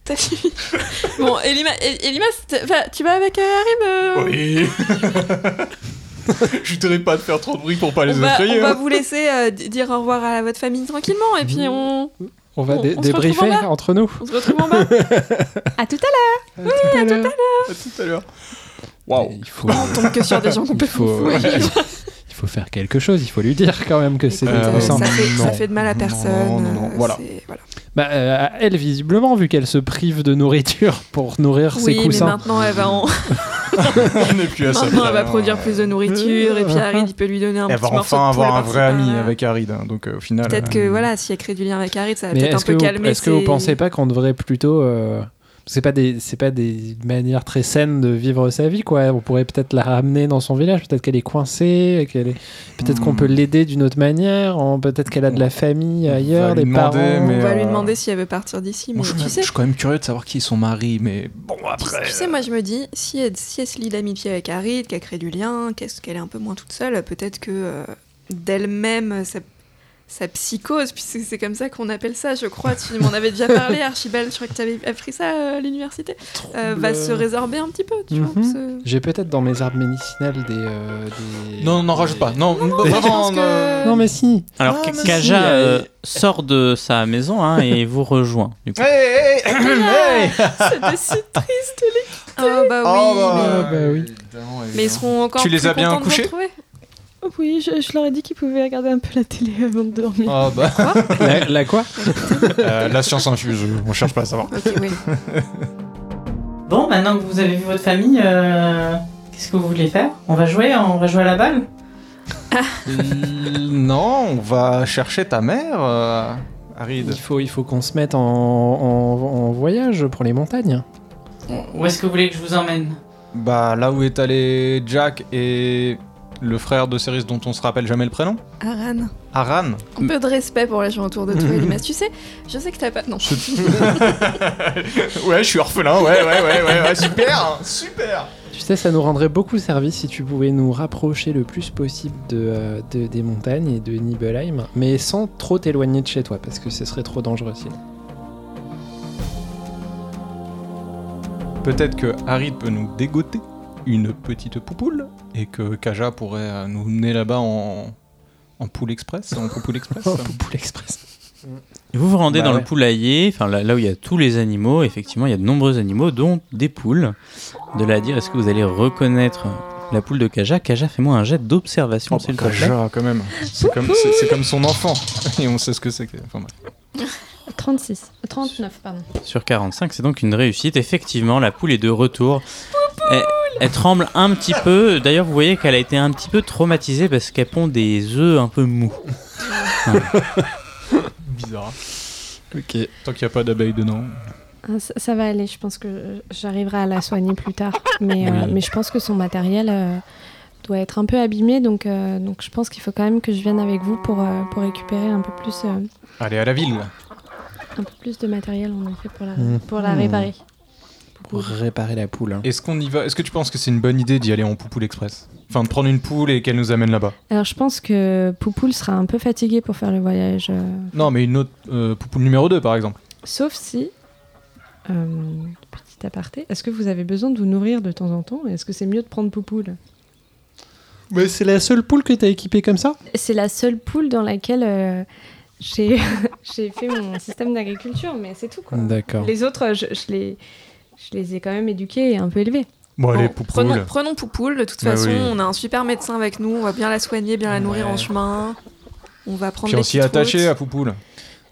Speaker 2: T'as [laughs] fini Bon, Elima- El- Elimas, t'as- enfin, tu vas avec euh, Harim euh,
Speaker 1: Oui. [laughs] Je dirais pas de faire trop de bruit pour pas
Speaker 2: on,
Speaker 1: les
Speaker 2: va,
Speaker 1: effrayer.
Speaker 2: on va
Speaker 1: hein.
Speaker 2: vous laisser euh, d- dire au revoir à votre famille tranquillement et puis on,
Speaker 5: On va
Speaker 2: On-
Speaker 5: dé-
Speaker 2: on se
Speaker 5: débriefer
Speaker 2: retrouve en bas
Speaker 5: entre nous.
Speaker 2: on se retrouve en [laughs] bas.
Speaker 6: À tout à l'heure.
Speaker 5: Oui, à tout à l'heure.
Speaker 1: À tout à l'heure. Waouh.
Speaker 5: Il faut.
Speaker 2: On tombe que sur des gens qu'on peut
Speaker 5: Il faut,
Speaker 2: fouiller.
Speaker 5: [laughs] il faut faire quelque chose, il faut lui dire quand même que c'est
Speaker 2: Écoute, euh,
Speaker 5: innocent.
Speaker 2: ça, fait, ça
Speaker 1: Non.
Speaker 2: fait de mal à
Speaker 1: Non,
Speaker 2: personne.
Speaker 1: non, non, non,
Speaker 2: euh,
Speaker 1: voilà.
Speaker 2: c'est- voilà.
Speaker 5: Bah, euh, à elle, visiblement, vu qu'elle se prive de nourriture [laughs] pour nourrir ses
Speaker 2: Oui, mais
Speaker 5: coussins.
Speaker 2: maintenant elle va, en-
Speaker 1: On n'est plus à ça.
Speaker 2: maintenant, elle va
Speaker 1: finalement.
Speaker 2: produire plus de nourriture et puis Harid il peut lui donner un
Speaker 1: Elle
Speaker 2: petit
Speaker 1: va
Speaker 2: morceau de
Speaker 1: enfin
Speaker 2: poulet
Speaker 1: avoir un
Speaker 2: par-ci,
Speaker 1: vrai ami
Speaker 2: par-là.
Speaker 1: avec Harid. hein, Donc euh, au final.
Speaker 2: Peut-être
Speaker 1: euh,
Speaker 2: que voilà, si elle crée du lien avec Harid, ça va
Speaker 5: Mais
Speaker 2: peut-être un
Speaker 5: est-ce que,
Speaker 2: peu
Speaker 5: vous,
Speaker 2: calmer.
Speaker 5: est-ce que vous
Speaker 2: ses-
Speaker 5: pensez pas qu'on devrait plutôt. euh, C'est pas des, c'est pas des manières très saines de vivre sa vie, quoi. On pourrait peut-être la ramener dans son village. Peut-être qu'elle est coincée, qu'elle est. Peut-être qu'on
Speaker 1: Hmm.
Speaker 5: peut l'aider d'une autre manière. en- Peut-être qu'elle a de la famille
Speaker 1: On
Speaker 5: ailleurs,
Speaker 1: va
Speaker 5: des
Speaker 1: lui demander,
Speaker 5: parents.
Speaker 2: On
Speaker 1: mais-
Speaker 2: va lui
Speaker 1: euh,
Speaker 2: demander si elle veut partir d'ici. Mais
Speaker 1: Moi, je,
Speaker 2: tu sais,
Speaker 1: je suis quand même curieux de savoir qui est son mari, mais bon,
Speaker 2: tu-
Speaker 1: après. euh,
Speaker 2: tu sais, moi je me dis, si elle, si elle se lie d'amitié avec Harid, qu'elle crée du lien, qu'est-ce qu'elle est un peu moins toute seule, peut-être que euh, d'elle-même, sa, sa psychose, puisque c'est comme ça qu'on appelle ça, je crois. Tu m'en avais
Speaker 1: [laughs]
Speaker 2: déjà parlé, Archibald, je crois que tu avais appris ça euh, à l'université. euh, va se résorber un petit peu, tu vois.
Speaker 5: Mhm.
Speaker 2: ce-
Speaker 5: J'ai peut-être dans mes arbres médicinales des. euh, des-
Speaker 1: Non, non, n'en rajoute pas. Non,
Speaker 2: je
Speaker 1: vraiment.
Speaker 2: pense
Speaker 1: non.
Speaker 2: que-
Speaker 5: Non, mais si.
Speaker 3: Alors,
Speaker 5: Ah,
Speaker 3: Ka-
Speaker 5: mais
Speaker 3: Kaja
Speaker 5: si,
Speaker 3: euh,
Speaker 5: elle-
Speaker 3: sort de sa maison hein, et vous rejoint. du coup.
Speaker 1: Hey, hey, hey, hey [laughs]
Speaker 7: C'était si triste.
Speaker 2: Ah bah oui,
Speaker 1: Oh,
Speaker 2: mais-
Speaker 1: bah,
Speaker 5: mais- bah oui.
Speaker 1: évidemment,
Speaker 2: mais ils
Speaker 1: évidemment.
Speaker 2: seront encore
Speaker 1: Tu les
Speaker 2: plus
Speaker 1: as bien
Speaker 2: contents de vous
Speaker 1: couchés
Speaker 2: retrouver.
Speaker 7: Oui, je, je leur ai dit qu'ils pouvaient regarder un peu la télé avant de dormir.
Speaker 1: Ah bah, [laughs]
Speaker 5: la, la quoi
Speaker 1: euh, la science infuse, on cherche pas à savoir.
Speaker 2: Ok, oui.
Speaker 4: Bon, maintenant que vous avez vu votre famille, euh, qu'est-ce que vous voulez faire On va jouer, on va jouer à la balle
Speaker 1: non, on va chercher ta mère, euh, Harid.
Speaker 5: Il faut, il faut qu'on se mette en, en- en voyage pour les montagnes.
Speaker 4: Où est-ce que vous voulez que je vous emmène
Speaker 1: Bah, là où est allé Jack et le frère de Cerise dont on se rappelle jamais le prénom
Speaker 2: Aran,
Speaker 1: Aran.
Speaker 2: un peu de respect pour les gens
Speaker 1: [laughs]
Speaker 2: autour de toi, Elimas. Tu sais, je sais que t'as pas. Non.
Speaker 1: Ouais, je suis orphelin, ouais, ouais, ouais, ouais, ouais, [laughs] super, super.
Speaker 5: Tu sais, ça nous rendrait beaucoup service si tu pouvais nous rapprocher le plus possible de, euh, de- des montagnes et de Nibelheim, mais sans trop t'éloigner de chez toi, parce que ce serait trop dangereux sinon.
Speaker 1: Peut-être que Harid peut nous dégoter une petite poupoule et que Kaja pourrait euh, nous mener là-bas en, en poule express, en poupoule express.
Speaker 5: Oh, Poupoule Express.
Speaker 3: Vous vous rendez
Speaker 5: Bah
Speaker 3: dans
Speaker 5: ouais.
Speaker 3: le poulailler, enfin là, là où il y a tous les animaux. Effectivement, il y a de nombreux animaux, dont des poules. De là à dire, est-ce que vous allez reconnaître la poule de Kaja Kaja, fais-moi un jet d'observation, s'il te plaît.
Speaker 1: Oh, Kaja, quand même. C'est comme, c'est- c'est comme son enfant. [laughs] Et on sait ce que c'est. que- Enfin, bref.
Speaker 6: 36. 39, pardon.
Speaker 3: Sur 45, c'est donc une réussite. Effectivement, la poule est de retour. Elle, elle tremble un petit peu. D'ailleurs, vous voyez qu'elle a été un petit peu traumatisée parce qu'elle pond des œufs un peu mous.
Speaker 1: Bizarre.
Speaker 5: Ok.
Speaker 1: Tant qu'il n'y a pas d'abeilles dedans.
Speaker 6: Ah, ça, ça va aller, je pense que j'arriverai à la soigner plus tard. Mais, euh,
Speaker 3: Oui.
Speaker 6: mais je pense que son matériel euh, doit être un peu abîmé, donc, euh, donc je pense qu'il faut quand même que je vienne avec vous pour, euh, pour récupérer un peu, plus, euh,
Speaker 1: Allez à la ville.
Speaker 6: un peu plus de matériel, en effet, pour la,
Speaker 5: Mhm.
Speaker 6: pour la réparer.
Speaker 5: Pour réparer la poule. hein.
Speaker 1: Est-ce qu'on y va Est-ce que tu penses que c'est une bonne idée d'y aller en poupoule express Enfin, de prendre une poule et qu'elle nous amène là-bas.
Speaker 6: Alors je pense que Poupoule sera un peu fatiguée pour faire le voyage, euh,
Speaker 1: Non, mais une autre euh, poupoule numéro 2 par exemple.
Speaker 6: sauf si... euh, petit aparté, est-ce que vous avez besoin de vous nourrir de temps en temps Est-ce que c'est mieux de prendre Poupoule
Speaker 5: Mais c'est la seule poule que t'as équipée comme ça
Speaker 6: C'est la seule poule dans laquelle euh, j'ai [laughs] j'ai fait mon système d'agriculture, mais c'est tout quoi.
Speaker 5: D'accord.
Speaker 6: Les autres, euh, je, je les, je les ai quand même éduqués et un peu élevés.
Speaker 1: Bon, allez,
Speaker 6: Oh,
Speaker 2: Bon,
Speaker 1: poupoule.
Speaker 2: prenons, prenons Poupoule, de toute
Speaker 1: Bah
Speaker 2: façon,
Speaker 1: oui.
Speaker 2: on a un super médecin avec nous, on va bien la soigner, bien la nourrir
Speaker 5: Ouais.
Speaker 2: en chemin. On va prendre
Speaker 1: Puis on
Speaker 2: des
Speaker 1: s'y est
Speaker 2: petites
Speaker 1: attaché à
Speaker 2: routes.
Speaker 1: poupoule.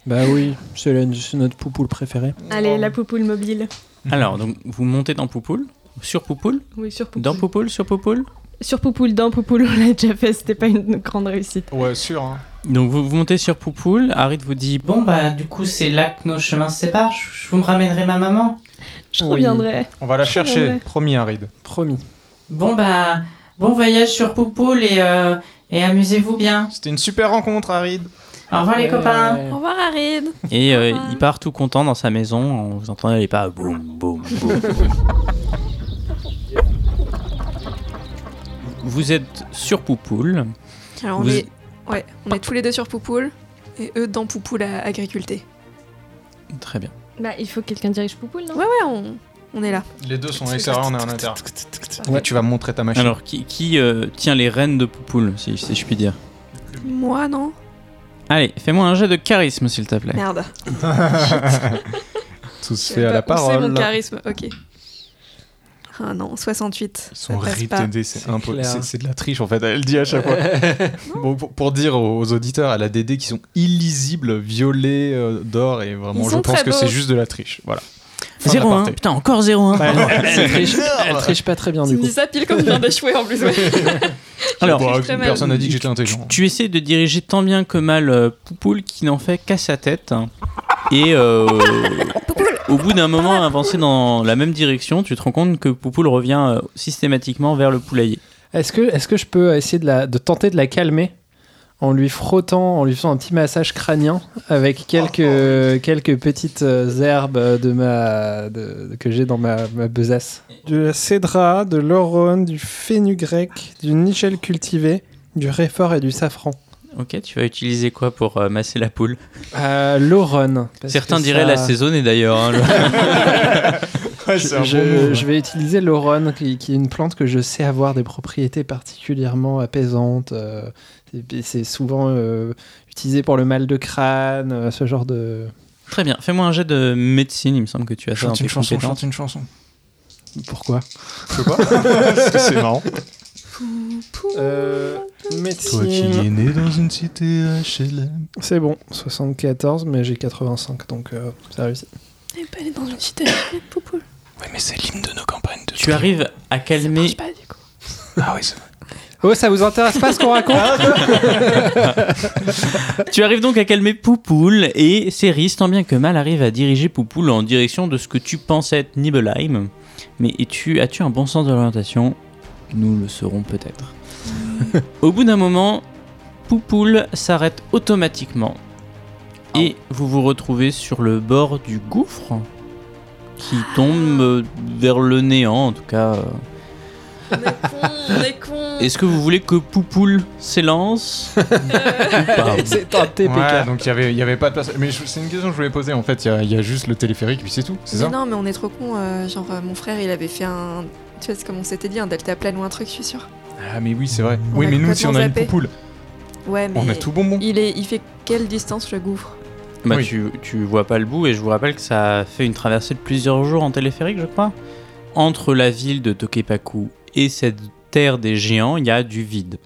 Speaker 5: Bah oui, c'est la- c'est notre poupoule préférée.
Speaker 6: Allez, la poupoule mobile.
Speaker 3: Alors, donc, vous montez dans Poupoule, sur Poupoule,
Speaker 6: Oui, sur poupoule.
Speaker 3: dans Poupoule, sur Poupoule.
Speaker 6: Sur poupoule, dans poupoule, on l'a déjà fait, c'était pas une grande réussite.
Speaker 1: Ouais, sûr. hein.
Speaker 3: Donc, vous, vous montez sur Poupoule. Harid vous dit
Speaker 4: Bon, bah du coup, c'est là que nos chemins se séparent. Je, je vous me ramènerai ma maman.
Speaker 6: Je
Speaker 5: Oui.
Speaker 6: reviendrai.
Speaker 1: On va la chercher,
Speaker 6: ouais.
Speaker 1: promis Harid.
Speaker 5: Promis.
Speaker 4: Bon, bah bon voyage sur Poupoule et, euh, et amusez-vous bien.
Speaker 1: C'était une super rencontre Harid.
Speaker 4: Au revoir les
Speaker 5: Ouais.
Speaker 4: copains.
Speaker 2: Au revoir, Arid.
Speaker 3: Et euh, il part tout content dans sa maison. Vous entendez les pas. Boum, boum, boum. vous êtes sur Poupoule.
Speaker 2: Alors, on,
Speaker 3: Vous-
Speaker 2: est... Ouais, on est tous les deux sur Poupoule, et eux dans Poupoule à agriculter.
Speaker 3: Très bien.
Speaker 6: Bah, il faut que quelqu'un dirige poupoule, non
Speaker 2: Ouais, Ah ouais, on, on est là.
Speaker 1: Les deux sont extérieurs, on est à l'intérieur.
Speaker 5: Ouais.
Speaker 1: Tu vas montrer ta machine.
Speaker 3: Alors, qui, qui, euh, tient les rênes de Poupoule, si, si je puis dire
Speaker 2: Moi, non
Speaker 3: Allez, fais-moi un jet de charisme, s'il te
Speaker 1: Eh,
Speaker 3: plaît.
Speaker 2: Merde.
Speaker 1: Tout se
Speaker 2: C'est
Speaker 1: fait à la
Speaker 2: C'est mon
Speaker 1: parole.
Speaker 2: charisme, ok. Ah non, 68. ça
Speaker 1: Son
Speaker 2: passe
Speaker 1: rythme
Speaker 2: pas.
Speaker 1: TD, c'est
Speaker 5: C'est
Speaker 1: impo-
Speaker 5: clair.
Speaker 1: c'est- C'est de la triche en fait, elle dit à chaque fois.
Speaker 2: [laughs]
Speaker 1: Bon, pour, pour dire aux, aux auditeurs, elle a des dés qui sont illisibles, violets, euh, d'or, et vraiment,
Speaker 2: Ils
Speaker 1: je
Speaker 2: sont
Speaker 1: pense
Speaker 2: très
Speaker 1: que
Speaker 2: beaux.
Speaker 1: c'est juste de la triche.
Speaker 2: [laughs]
Speaker 1: Voilà. Fin de
Speaker 3: 0-1,
Speaker 1: l'aparté.
Speaker 3: putain, encore 0-1. [laughs]
Speaker 5: Elle, elle triche, elle triche pas très bien
Speaker 2: Tu
Speaker 5: du
Speaker 2: me
Speaker 5: coup.
Speaker 2: dis ça pile comme je viens d'échouer en plus. ouais.
Speaker 3: Alors,
Speaker 1: Bon,
Speaker 2: très mal.
Speaker 1: personne n'a dit que j'étais
Speaker 3: tu,
Speaker 1: intelligent.
Speaker 3: tu essaies de diriger tant bien que mal euh, Poupoule qui n'en fait qu'à sa tête. hein. Et euh, au bout d'un moment avancé dans la même direction, tu te rends compte que Poupoule revient euh, systématiquement vers le poulailler.
Speaker 5: Est-ce que, est que je peux essayer de, la, de tenter de la calmer en lui frottant, en lui faisant un petit massage crânien avec quelques, [laughs] quelques petites euh, herbes de ma, de- que j'ai dans ma, ma besace De la cédra, de l'oron, du grec, du nichel cultivé, du réfort et du safran.
Speaker 3: Ok, tu vas utiliser quoi pour euh, masser la poule
Speaker 5: Euh, l'oron. parce
Speaker 3: Certains
Speaker 5: que
Speaker 3: diraient
Speaker 5: ça-
Speaker 3: la saisonnée d'ailleurs. hein,
Speaker 5: [laughs]
Speaker 3: le-
Speaker 5: Je, je- je vais utiliser l'oron, qui, qui est une plante que je sais avoir des propriétés particulièrement apaisantes. euh, et puis c'est souvent euh, utilisé pour le mal de crâne, euh, ce genre de.
Speaker 3: Très bien, fais-moi un jet de médecine, il me semble que tu as ça dans
Speaker 1: Chante
Speaker 3: tes
Speaker 1: une chanson,
Speaker 3: compétences.
Speaker 1: chante une chanson.
Speaker 5: Pourquoi
Speaker 1: Je sais pas. Parce que c'est [laughs] marrant.
Speaker 5: Euh,
Speaker 2: euh,
Speaker 5: Médecine.
Speaker 1: né dans une cité HLM.
Speaker 5: C'est bon, 74, mais j'ai 85, donc euh, ça réussit.
Speaker 7: Elle peut aller dans une cité avec Poupoule.
Speaker 1: Oui, mais c'est l'hymne de nos campagnes de
Speaker 3: Tu arrives à calmer
Speaker 7: Je sais pas, du coup.
Speaker 1: Ah oui, c'est vrai.
Speaker 5: Oh, ça vous intéresse pas ce qu'on raconte [laughs]
Speaker 3: Tu arrives donc à calmer Poupoule et Céris, tant bien que mal, arrive à diriger Poupoule en direction de ce que tu pensais être Nibelheim. Mais es-tu- as-tu un bon sens de l'orientation Nous le saurons peut-être. Au bout d'un moment, Poupoule s'arrête automatiquement et vous vous retrouvez sur le bord du gouffre qui tombe euh, vers le néant en tout cas. euh.
Speaker 2: On est con, on est con.
Speaker 3: Est-ce que vous voulez que Poupoule s'élance
Speaker 2: Euh.
Speaker 3: ou pas
Speaker 5: C'est un TPK.
Speaker 1: Ouais, donc il y avait- il y avait pas de place. Mais je- c'est une question que je voulais poser en fait. Il y a- il y, a juste le téléphérique, puis c'est tout, c'est
Speaker 2: Mais
Speaker 1: ça
Speaker 2: non, mais on est trop con. genre, euh, mon frère, il avait fait un. Tu vois, c'est comme on s'était dit, un delta plane ou un truc, je suis sûre.
Speaker 1: Ah, mais oui, c'est vrai.
Speaker 2: On
Speaker 1: oui,
Speaker 2: a
Speaker 1: mais nous, si on a une
Speaker 2: complètement zappé.
Speaker 1: poupoule,
Speaker 2: Ouais, mais.
Speaker 1: on a tout bonbon.
Speaker 2: Il, est... il fait quelle distance le gouffre
Speaker 3: Bah,
Speaker 1: Oui.
Speaker 3: tu, tu vois pas le bout et je vous rappelle que ça a fait une traversée de plusieurs jours en téléphérique, je crois. Entre la ville de Tokepaku et cette terre des géants, il y a du vide.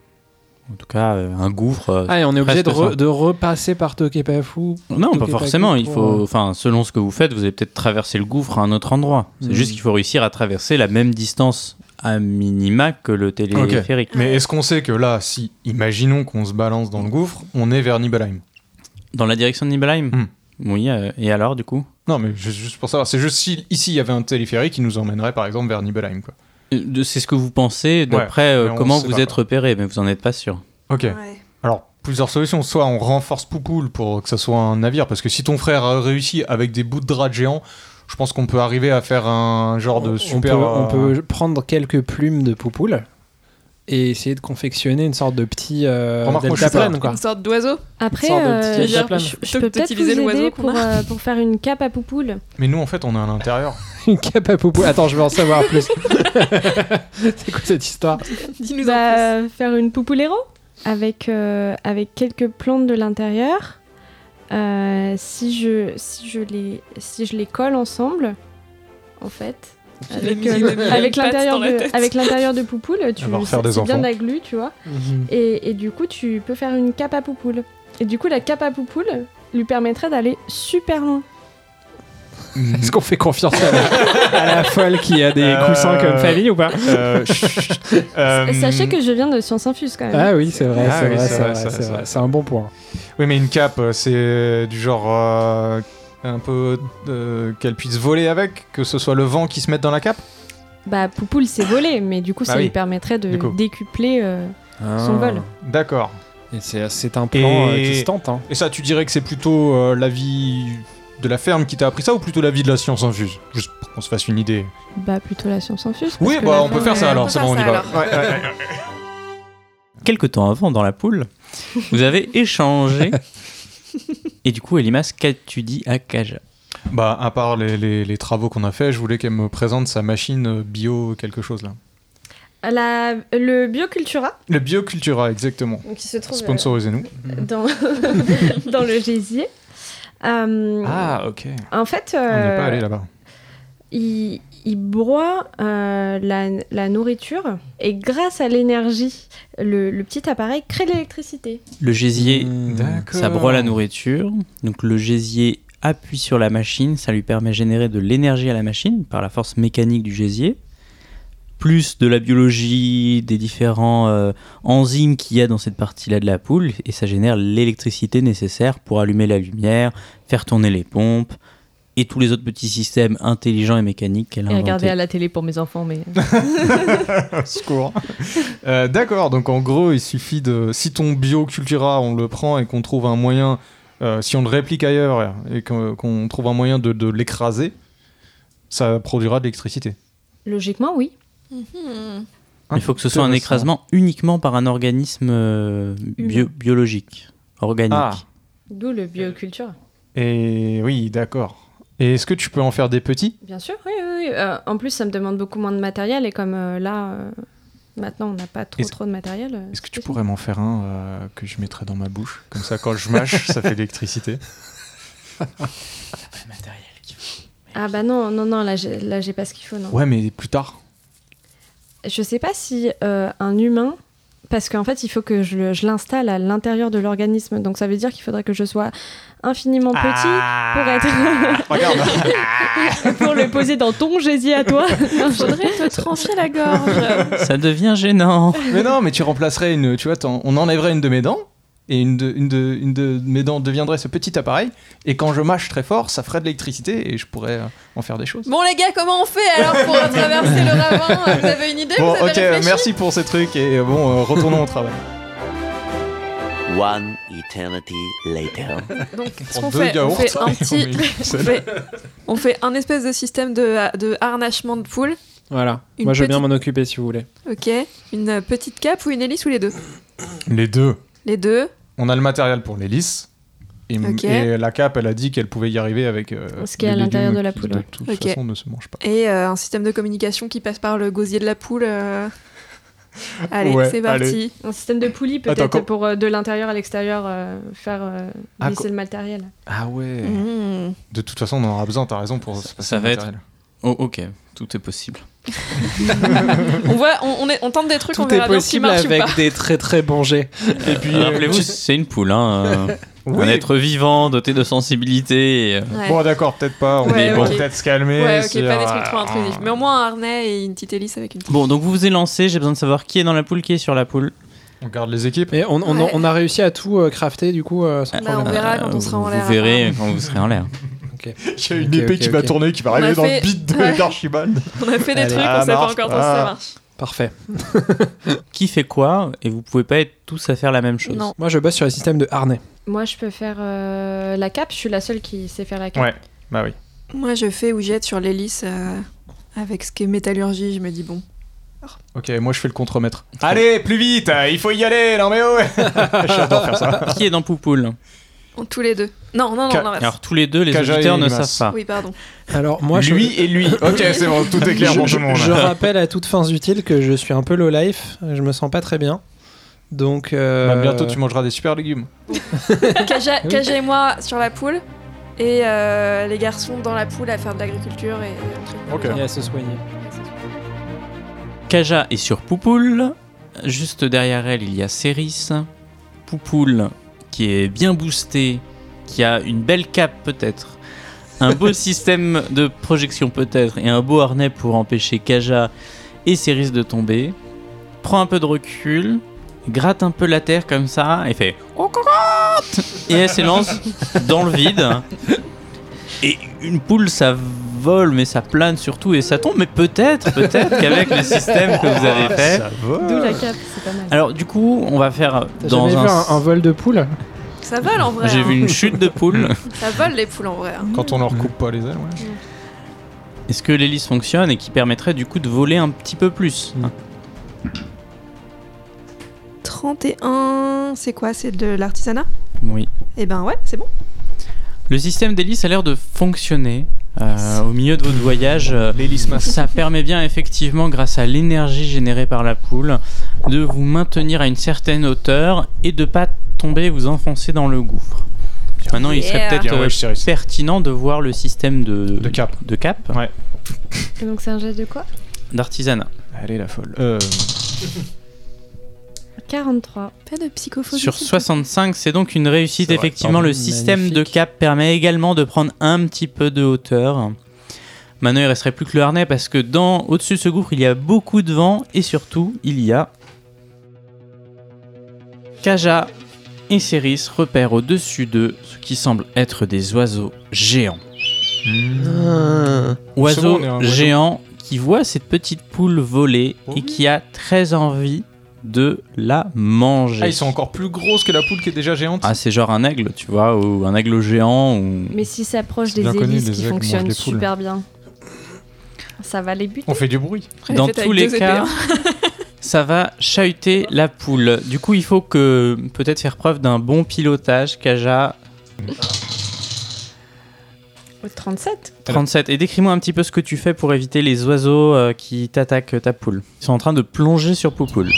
Speaker 3: En tout cas, euh, un gouffre. euh,
Speaker 5: Ah, et on est obligé de,
Speaker 3: Presque
Speaker 5: re-
Speaker 3: ça.
Speaker 5: de repasser par Tokepafu.
Speaker 3: non, pas
Speaker 5: Tokepaku
Speaker 3: forcément. Il
Speaker 5: pour,
Speaker 3: faut,
Speaker 5: euh,
Speaker 3: enfin, selon ce que vous faites, vous allez peut-être traverser le gouffre à un autre endroit. C'est
Speaker 5: Mhm.
Speaker 3: juste qu'il faut réussir à traverser la même distance à minima que le téléphérique.
Speaker 1: Mais est-ce qu'on sait que là, si, imaginons qu'on se balance dans le gouffre, on est vers Nibelheim
Speaker 3: Dans la direction de Nibelheim.
Speaker 1: Mhm.
Speaker 3: Oui. euh, et alors, du coup
Speaker 1: Non, mais ju- juste pour savoir. C'est juste si ici, il y avait un téléphérique qui nous emmènerait par exemple vers Nibelheim, quoi.
Speaker 3: Euh, de- C'est ce que vous pensez d'après euh,
Speaker 1: mais on
Speaker 3: comment
Speaker 1: sait
Speaker 3: vous
Speaker 1: pas,
Speaker 3: êtes repéré, mais vous en êtes pas sûr.
Speaker 1: Ok.
Speaker 2: Ouais.
Speaker 1: Alors, plusieurs solutions. Soit on renforce Poupoule pour que ça soit un navire, parce que si ton frère a réussi avec des bouts de drap géants, je pense qu'on peut arriver à faire un genre
Speaker 5: On-
Speaker 1: de super.
Speaker 5: On peut, on
Speaker 1: euh,
Speaker 5: peut prendre quelques plumes de poupoule et essayer de confectionner une sorte de petit euh,
Speaker 1: Remarque, moi, je suis
Speaker 5: deltaplane,
Speaker 1: pas-
Speaker 5: quoi.
Speaker 2: Une sorte d'oiseau
Speaker 6: Après,
Speaker 5: Sorte de
Speaker 6: euh,
Speaker 5: petit
Speaker 6: je,
Speaker 5: deltaplane.
Speaker 6: je- je
Speaker 2: Plutôt que
Speaker 6: peux peut-être vous
Speaker 2: d'utiliser
Speaker 6: aider
Speaker 2: l'oiseau
Speaker 6: pour,
Speaker 2: qu'on
Speaker 6: euh, pour faire une cape à poupoule.
Speaker 1: Mais nous, en fait, on est à
Speaker 2: [laughs]
Speaker 1: l'intérieur.
Speaker 5: [laughs] Une cape à poupoule. Attends, je veux en savoir
Speaker 1: [laughs]
Speaker 5: plus. C'est quoi cette histoire
Speaker 2: Dis-nous en
Speaker 6: Bah, faire une poupoulero avec, euh, avec quelques plantes de l'intérieur. Euh, si, je, si, je les, si je les colle ensemble, en fait, avec, euh, avec l'intérieur de, avec l'intérieur de poupoule, tu
Speaker 1: va refaire des
Speaker 6: c'est bien
Speaker 1: enfants.
Speaker 6: de la glu, tu vois.
Speaker 1: Mhm.
Speaker 6: Et, et du coup, tu peux faire une cape à poupoule. Et du coup, la cape à poupoule lui permettrait d'aller super loin.
Speaker 5: Est-ce qu'on fait confiance à la,
Speaker 1: [laughs]
Speaker 5: à la folle qui a des
Speaker 1: Euh,
Speaker 5: coussins comme famille ou pas
Speaker 1: Euh, chut, euh,
Speaker 6: Sachez que je viens de Science Infuse quand même.
Speaker 5: Ah oui, c'est vrai,
Speaker 1: Ah
Speaker 5: c'est
Speaker 1: oui,
Speaker 5: vrai,
Speaker 1: c'est
Speaker 5: c'est
Speaker 1: vrai,
Speaker 5: vrai,
Speaker 1: ça,
Speaker 5: c'est
Speaker 1: ça.
Speaker 5: vrai. C'est un bon point.
Speaker 1: Oui, mais une cape, euh, c'est du genre. euh, un peu. euh, qu'elle puisse voler avec, que ce soit le vent qui se mette dans la cape
Speaker 6: Bah, Poupoule s'est volé, mais du coup,
Speaker 1: Bah
Speaker 6: ça
Speaker 1: oui,
Speaker 6: lui permettrait de
Speaker 1: du coup.
Speaker 6: décupler euh, son vol.
Speaker 1: D'accord.
Speaker 5: Ah. Et C'est c'est un plan
Speaker 1: Et-
Speaker 5: euh, qui se tente. hein.
Speaker 1: Et ça, tu dirais que c'est plutôt euh, la vie de la ferme qui t'a appris ça ou plutôt la vie de la science infuse Juste pour qu'on se fasse une idée.
Speaker 6: Bah, plutôt la science infuse.
Speaker 1: Oui,
Speaker 6: parce que
Speaker 1: bah
Speaker 6: la
Speaker 1: on peut
Speaker 6: fin-
Speaker 1: faire ça
Speaker 2: on
Speaker 1: alors,
Speaker 2: peut
Speaker 1: c'est
Speaker 2: faire
Speaker 1: bon, on y
Speaker 2: ça,
Speaker 1: va.
Speaker 2: alors.
Speaker 1: Ouais, ouais, [laughs] ouais.
Speaker 3: Quelque temps avant, dans la poule, vous avez échangé. Et du coup, Elimas, qu'as-tu dit à Kaja
Speaker 1: Bah, à part les, les- les travaux qu'on a fait, je voulais qu'elle me présente sa machine euh, bio quelque chose là.
Speaker 6: La- le Biocultura,
Speaker 1: Le Biocultura, exactement.
Speaker 6: donc, qui se trouve euh,
Speaker 1: Sponsorisez-nous.
Speaker 6: dans, [laughs] dans le gésier. Euh,
Speaker 1: Ah, ok.
Speaker 6: En fait,
Speaker 1: On n'est
Speaker 6: euh,
Speaker 1: pas allé là-bas.
Speaker 6: il, il broie euh, la, la nourriture et grâce à l'énergie, le, le petit appareil crée de l'électricité.
Speaker 3: Le gésier,
Speaker 5: Hmm.
Speaker 1: Mmh, d'accord.
Speaker 3: ça broie la nourriture. Donc le gésier appuie sur la machine, ça lui permet de générer de l'énergie à la machine par la force mécanique du gésier, plus de la biologie, des différents euh, enzymes qu'il y a dans cette partie-là de la poule, et ça génère l'électricité nécessaire pour allumer la lumière, faire tourner les pompes et tous les autres petits systèmes intelligents et mécaniques qu'elle a
Speaker 7: Et regarder à
Speaker 3: inventés.
Speaker 7: la télé pour mes enfants, mais.
Speaker 1: Au secours. Euh, D'accord, donc en gros, il suffit de. Si ton bio Cultura, on le prend et qu'on trouve un moyen. euh, si on le réplique ailleurs et qu'on qu'on trouve un moyen de, de l'écraser, ça produira de l'électricité.
Speaker 6: [laughs] Logiquement, oui.
Speaker 2: Mhm.
Speaker 3: Il faut que ce soit un
Speaker 1: Ah, Intéressant.
Speaker 3: écrasement uniquement par un organisme euh, bio- biologique, organique.
Speaker 1: Ah.
Speaker 6: D'où le bioculture.
Speaker 1: Et oui, d'accord. Et est-ce que tu peux en faire des petits
Speaker 6: Bien sûr, oui, oui. oui. Euh, en plus, ça me demande beaucoup moins de matériel et comme euh, là, euh, maintenant, on n'a pas trop
Speaker 1: Est-ce-
Speaker 6: trop de matériel. euh,
Speaker 1: Est-ce que tu
Speaker 6: c'est possible.
Speaker 1: pourrais m'en faire un euh, que je mettrais dans ma bouche Comme ça, quand je mâche, ça fait de l'électricité.
Speaker 6: Ah bah non, non, non, là, j'ai là, j'ai pas ce qu'il faut, non.
Speaker 1: Ouais, mais plus tard.
Speaker 6: Je sais pas si euh, un humain, parce qu'en fait, il faut que je, le- je l'installe à l'intérieur de l'organisme, donc ça veut dire qu'il faudrait que je sois infiniment petit
Speaker 5: Ah.
Speaker 6: Ah.
Speaker 5: [laughs]
Speaker 6: pour être
Speaker 1: Regarde
Speaker 6: [laughs]
Speaker 7: pour le poser dans ton gésier à
Speaker 5: [laughs]
Speaker 7: toi. Non, je-
Speaker 2: Faudrait te trancher la gorge.
Speaker 3: Ça devient gênant.
Speaker 1: Mais non, mais tu remplacerais une. Tu vois, t'en- on enlèverait une de mes dents. Et une de, une, de, une de mes dents deviendrait ce petit appareil. Et quand je mâche très fort, ça ferait de l'électricité et je pourrais euh, en faire des choses.
Speaker 2: Bon les gars, comment on fait alors
Speaker 6: [laughs]
Speaker 2: pour traverser le
Speaker 6: euh,
Speaker 2: ravin Vous avez une idée
Speaker 1: Bon,
Speaker 2: Vous avez
Speaker 1: ok,
Speaker 2: réfléchi
Speaker 1: merci pour ces trucs et euh, bon, euh, retournons au travail.
Speaker 8: One eternity later.
Speaker 2: Donc, ce
Speaker 1: Prends
Speaker 2: qu'on
Speaker 1: deux
Speaker 2: fait, on
Speaker 1: yaourts
Speaker 2: fait un
Speaker 1: et on
Speaker 2: petit,
Speaker 1: met une
Speaker 2: [laughs] on fait, on fait un espèce de système de, de harnachement de poule.
Speaker 5: Voilà.
Speaker 2: Une
Speaker 5: Moi, je veux bien
Speaker 2: petite-
Speaker 5: m'en occuper si vous voulez.
Speaker 2: Ok, une euh, petite cape ou une hélice ou les deux
Speaker 1: Les deux.
Speaker 2: Les deux.
Speaker 1: On a le matériel pour l'hélice. Et, m-
Speaker 2: Ok.
Speaker 1: et la cape, elle a dit qu'elle pouvait y arriver avec. euh,
Speaker 6: Ce qui est à
Speaker 1: des
Speaker 6: l'intérieur
Speaker 1: légumes
Speaker 6: de la
Speaker 1: qui,
Speaker 6: poule,
Speaker 1: De
Speaker 6: ouais.
Speaker 1: toute
Speaker 2: Ok.
Speaker 1: façon, ne se mange pas.
Speaker 2: Et euh, un système de communication qui passe par le gosier de la poule. euh. Allez,
Speaker 1: Ouais,
Speaker 2: c'est parti.
Speaker 1: allez.
Speaker 6: un système de poulie
Speaker 1: Attends,
Speaker 6: peut-être
Speaker 1: quand-
Speaker 6: pour euh, de l'intérieur à l'extérieur euh, faire euh,
Speaker 1: Ah,
Speaker 6: glisser le matériel.
Speaker 1: Ah ouais.
Speaker 2: Mmh.
Speaker 1: De toute façon, on en aura besoin, t'as raison pour se passer
Speaker 3: ça
Speaker 1: le
Speaker 3: va être-
Speaker 1: matériel.
Speaker 3: Oh, ok, tout est possible.
Speaker 2: On, voit, on, on est- on tente des trucs, on
Speaker 5: Tout est
Speaker 2: verra bien si
Speaker 5: possible
Speaker 2: marche ou
Speaker 5: avec
Speaker 2: pas.
Speaker 5: des très très bons [laughs] jets.
Speaker 3: Et
Speaker 1: Euh,
Speaker 3: puis,
Speaker 5: euh,
Speaker 3: rappelez-vous, c'est une poule, hein, euh,
Speaker 1: [laughs] Oui.
Speaker 3: un être vivant doté de sensibilité. et, euh,
Speaker 2: Ouais.
Speaker 1: Bon, d'accord, peut-être pas. On
Speaker 2: Ouais,
Speaker 1: va
Speaker 2: ok.
Speaker 1: peut-être se calmer.
Speaker 2: Ouais,
Speaker 1: si-
Speaker 2: ok, pas des trucs trop
Speaker 1: Ah.
Speaker 2: intrusifs. Mais au moins un harnais et une petite hélice avec une petite.
Speaker 3: Bon, donc vous vous élancez. J'ai besoin de savoir qui est dans la poule, qui est sur la poule.
Speaker 1: On garde les équipes.
Speaker 5: Mais on, on-
Speaker 2: Ouais.
Speaker 5: on a réussi à tout euh, crafter du coup euh, sans
Speaker 2: Bah, on
Speaker 5: problème.
Speaker 2: verra quand
Speaker 3: Euh,
Speaker 2: on sera en
Speaker 3: vous-
Speaker 2: l'air. hein.
Speaker 3: Vous verrez quand vous serez en
Speaker 2: [laughs]
Speaker 3: l'air.
Speaker 1: Il y a une
Speaker 5: Ok,
Speaker 1: épée
Speaker 5: ok,
Speaker 1: qui va
Speaker 5: ok.
Speaker 1: tourner, qui va
Speaker 2: On
Speaker 1: arriver
Speaker 2: a
Speaker 1: dans le
Speaker 2: fait-
Speaker 1: beat de
Speaker 2: Ouais.
Speaker 1: d'Archibald.
Speaker 2: On a fait des
Speaker 5: Allez,
Speaker 2: trucs,
Speaker 1: ah,
Speaker 2: on sait pas
Speaker 1: marche,
Speaker 2: encore trop si ça
Speaker 1: ah.
Speaker 2: marche.
Speaker 5: Parfait.
Speaker 3: Qui fait quoi Et vous pouvez pas être tous à faire la même chose.
Speaker 2: Non.
Speaker 5: Moi, je bosse sur les systèmes de harnais.
Speaker 6: Moi, je peux faire euh, la cape. Je suis la seule qui sait faire la cape.
Speaker 1: Ouais. Bah oui.
Speaker 2: Moi, je fais ou jette sur l'hélice euh, avec ce qui est métallurgie. Je me dis, bon.
Speaker 1: Ok, moi je fais le contremaître. Allez, plus vite euh, Il faut y aller Non mais oh J'adore faire ça.
Speaker 3: Qui est dans Poupoule
Speaker 2: on- Tous les deux. Non, non, non,
Speaker 1: Ca- Ah.
Speaker 2: on en reste.
Speaker 3: Alors tous les deux, les
Speaker 1: Kaja et
Speaker 3: auditeurs ne
Speaker 1: Limas.
Speaker 3: savent pas.
Speaker 2: Oui, pardon.
Speaker 5: Alors moi, je-
Speaker 1: lui et lui. [laughs] Ok, c'est bon, tout est clair
Speaker 5: je,
Speaker 1: pour tout le monde.
Speaker 5: je rappelle à toutes fins utiles que je suis un peu low life. Je me sens pas très bien. Donc euh,
Speaker 1: Bah, bientôt tu mangeras des super légumes.
Speaker 2: Kaja,
Speaker 5: Oui.
Speaker 2: Kaja et moi sur la poule. Et euh, les garçons dans la poule à faire de l'agriculture et.
Speaker 1: Ok.
Speaker 5: et à se soigner.
Speaker 3: Kaja est sur Poupoule. Juste derrière elle, il y a Céris. Poupoule, qui est bien boostée, qui a une belle cape peut-être, un beau système de projection peut-être, et un beau harnais pour empêcher Kaja et Céris de tomber. Prend un peu de recul, gratte un peu la terre comme ça, et fait Oh, cocotte Et elle s'élance dans le vide. Et une poule, ça vole, mais ça plane surtout, et ça tombe, mais peut-être,
Speaker 5: [laughs]
Speaker 3: peut-être qu'avec le système que vous
Speaker 5: Ah,
Speaker 3: avez fait.
Speaker 7: D'où la cape, c'est pas mal.
Speaker 3: Alors du coup, on va faire
Speaker 5: T'as
Speaker 3: dans
Speaker 5: jamais
Speaker 3: un...
Speaker 5: vu un, un vol de poule
Speaker 2: Ça vole en vrai.
Speaker 3: J'ai
Speaker 2: hein.
Speaker 3: vu une chute de
Speaker 5: [laughs]
Speaker 3: poule.
Speaker 2: Ça vole les poules en vrai. hein.
Speaker 1: Quand on leur coupe pas les ailes, ouais.
Speaker 3: Est-ce que l'hélice fonctionne et qui permettrait du coup de voler un petit peu plus hein
Speaker 2: 31. C'est quoi C'est de l'artisanat
Speaker 5: Mm.
Speaker 3: Oui.
Speaker 2: Eh ben ouais, c'est bon.
Speaker 3: Le système d'hélice a l'air de fonctionner euh, au milieu de votre voyage. euh,
Speaker 1: L'hélice masse.
Speaker 3: Ça permet bien effectivement, grâce à l'énergie générée par la poule, de vous maintenir à une certaine hauteur et de pas tomber et vous enfoncer dans le gouffre. Maintenant, il serait
Speaker 2: Yeah.
Speaker 3: peut-être
Speaker 1: Bien, ouais,
Speaker 3: euh,
Speaker 1: je serais-
Speaker 3: pertinent de voir le système de,
Speaker 1: De cap.
Speaker 3: de cap.
Speaker 1: Ouais.
Speaker 6: Et donc c'est un geste de quoi
Speaker 3: d'artisanat.
Speaker 1: Allez, la folle. Euh,
Speaker 6: 43.
Speaker 2: Pas de psychophobie.
Speaker 3: Sur 65, c'est donc une réussite.
Speaker 1: C'est vrai,
Speaker 3: Effectivement,
Speaker 1: pardon.
Speaker 3: le système de
Speaker 5: Magnifique.
Speaker 3: cap permet également de prendre un petit peu de hauteur. Maintenant, il resterait plus que le harnais parce que dans au-dessus de ce gouffre, il y a beaucoup de vent et surtout, il y a Kaja et Céris repèrent au-dessus d'eux ce qui semble être des oiseaux géants.
Speaker 1: bon, Ah.
Speaker 3: Oiseau
Speaker 1: on est un oiseau.
Speaker 3: géant qui voit cette petite poule voler
Speaker 1: Oh
Speaker 3: et qui a très envie de la manger.
Speaker 1: Ah, ils sont encore plus grosses que la poule qui est déjà géante.
Speaker 3: Ah, c'est genre un aigle, tu vois, ou un aigle géant, ou...
Speaker 6: Mais s'ils s'approchent
Speaker 1: C'est
Speaker 6: des
Speaker 1: bien connu,
Speaker 6: hélices
Speaker 1: les
Speaker 6: qui
Speaker 1: aigles mangent
Speaker 6: fonctionnent
Speaker 1: des poules.
Speaker 6: super bien, ça va les buter.
Speaker 1: On fait du bruit.
Speaker 3: Dans
Speaker 2: faites
Speaker 3: tous
Speaker 2: avec
Speaker 3: les
Speaker 2: deux E hein.
Speaker 3: cas,
Speaker 2: épées,
Speaker 3: ça va chahuter la poule. Du coup, il faut que peut-être faire preuve d'un bon pilotage, Kaja.
Speaker 6: Au 37
Speaker 3: 37. Et décris-moi un petit peu ce que tu fais pour éviter les oiseaux euh, qui t'attaquent ta poule. Ils sont en train de plonger sur Poupoule.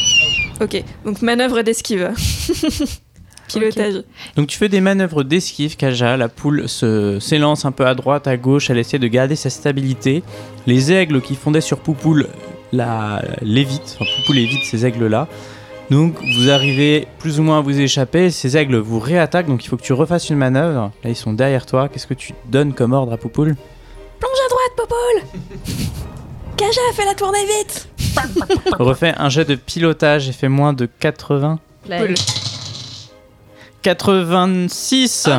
Speaker 2: Ok, donc manœuvre d'esquive. Pilotage.
Speaker 3: Donc tu fais des manœuvres d'esquive, Kaja, la poule se s'élance un peu à droite, à gauche, elle essaie de garder sa stabilité. Les aigles qui fondaient sur Poupoule la l'évitent, enfin Poupoule évite ces aigles-là. Donc vous arrivez plus ou moins à vous échapper, ces aigles vous réattaquent, donc il faut que tu refasses une manœuvre. Là ils sont derrière toi, qu'est-ce que tu donnes comme ordre à Poupoule
Speaker 2: Plonge à droite, Popol Kaja, fais la tournée vite
Speaker 3: Refais un jet de pilotage et fais moins de 80.
Speaker 6: Poule.
Speaker 3: 86 Oh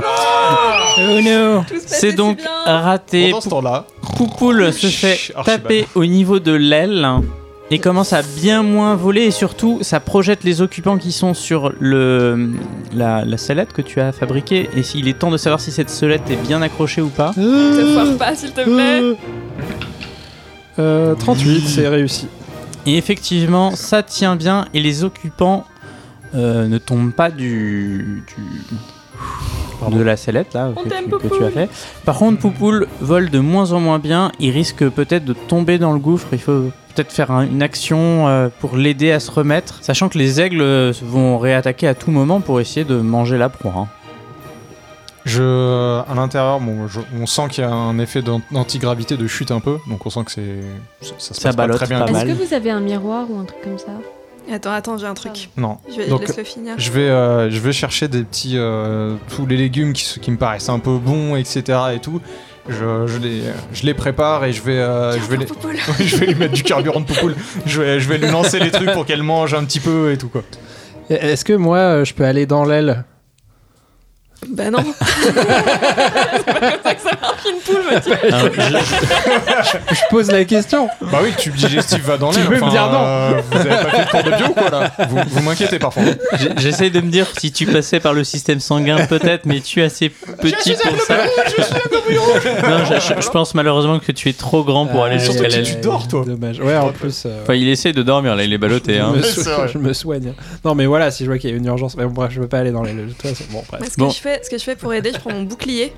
Speaker 3: no
Speaker 2: Tout se passait
Speaker 3: C'est
Speaker 2: si
Speaker 3: donc
Speaker 2: bien.
Speaker 3: raté,
Speaker 1: Pendant ce temps-là,
Speaker 3: Poupoule se fait
Speaker 1: Chut, Archibald.
Speaker 3: taper au niveau de l'aile et commence à bien moins voler et surtout ça projette les occupants qui sont sur le la, la sellette que tu as fabriquée et s'il est temps de savoir si cette sellette est bien accrochée ou pas.
Speaker 2: Te foire pas, s'il te plaît
Speaker 5: Euh, 38, c'est réussi.
Speaker 3: Et effectivement ça tient bien et les occupants euh, ne tombent pas du, du- de la sellette là que,
Speaker 2: t'aime,
Speaker 3: tu, que tu as
Speaker 2: Poupoule.
Speaker 3: fait. Par contre Poupoule vole de moins en moins bien, il risque peut-être de tomber dans le gouffre, il faut peut-être faire un- une action euh, pour l'aider à se remettre, sachant que les aigles euh, vont réattaquer à tout moment pour essayer de manger la proie. hein.
Speaker 1: je, à l'intérieur, bon, je- on sent qu'il y a un effet d'an- d'antigravité de chute un peu, donc on sent que c'est ça, se
Speaker 3: Ça
Speaker 1: passe pas
Speaker 3: ballotte
Speaker 1: très bien.
Speaker 3: pas
Speaker 6: Est-ce
Speaker 3: mal.
Speaker 6: que vous avez un miroir ou un truc comme ça
Speaker 2: Attends, attends, j'ai un truc.
Speaker 1: Non.
Speaker 2: Je, vais,
Speaker 1: Donc,
Speaker 2: je laisse le finir.
Speaker 1: Je vais, euh, je vais chercher des petits, euh, tous les légumes qui, se- qui me paraissent un peu bons, etc. et tout. Je, je les, je les prépare et je vais, euh, je vais les, [laughs]
Speaker 2: Popol
Speaker 1: je vais lui mettre du carburant de poupoule. Je vais, je vais lui lancer les trucs pour qu'elle mange un petit peu et tout quoi.
Speaker 5: Et- Est-ce que moi, euh, je peux aller dans l'aile
Speaker 1: [laughs]
Speaker 2: Bah non C'est pas comme ça que ça marche une poule, moi, tu-
Speaker 3: Alors, je-
Speaker 5: Je pose la question.
Speaker 1: Bah oui, tu digestif va dans
Speaker 5: Tu
Speaker 1: l'air.
Speaker 5: peux me dire non.
Speaker 1: euh, vous avez [laughs] pas fait le cours de bio quoi là Vous, vous m'inquiétez parfois.
Speaker 3: J- J'essaie de me dire si tu passais par le système sanguin peut-être, mais tu es assez petit pour ça. [laughs] Non, je, je- je pense malheureusement que tu es trop grand pour aller
Speaker 5: Aïe,
Speaker 3: jusqu'à
Speaker 1: surtout
Speaker 3: la
Speaker 1: si
Speaker 5: aïe,
Speaker 1: tu
Speaker 5: aïe,
Speaker 1: dors, toi.
Speaker 5: Euh, Dommage. Ouais, en plus. euh,
Speaker 3: Enfin, il essaie de dormir, là, il est ballotté. Hein.
Speaker 5: Je, me
Speaker 1: C'est
Speaker 5: soigne,
Speaker 1: vrai.
Speaker 5: je me soigne. Non, mais voilà, si je vois qu'il y a une urgence. Mais bon, bref, je peux pas aller dans l'aile. de toute façon. Bon, bref.
Speaker 2: Moi, ce,
Speaker 3: Bon.
Speaker 2: que je fais, ce que je fais pour aider, je prends mon bouclier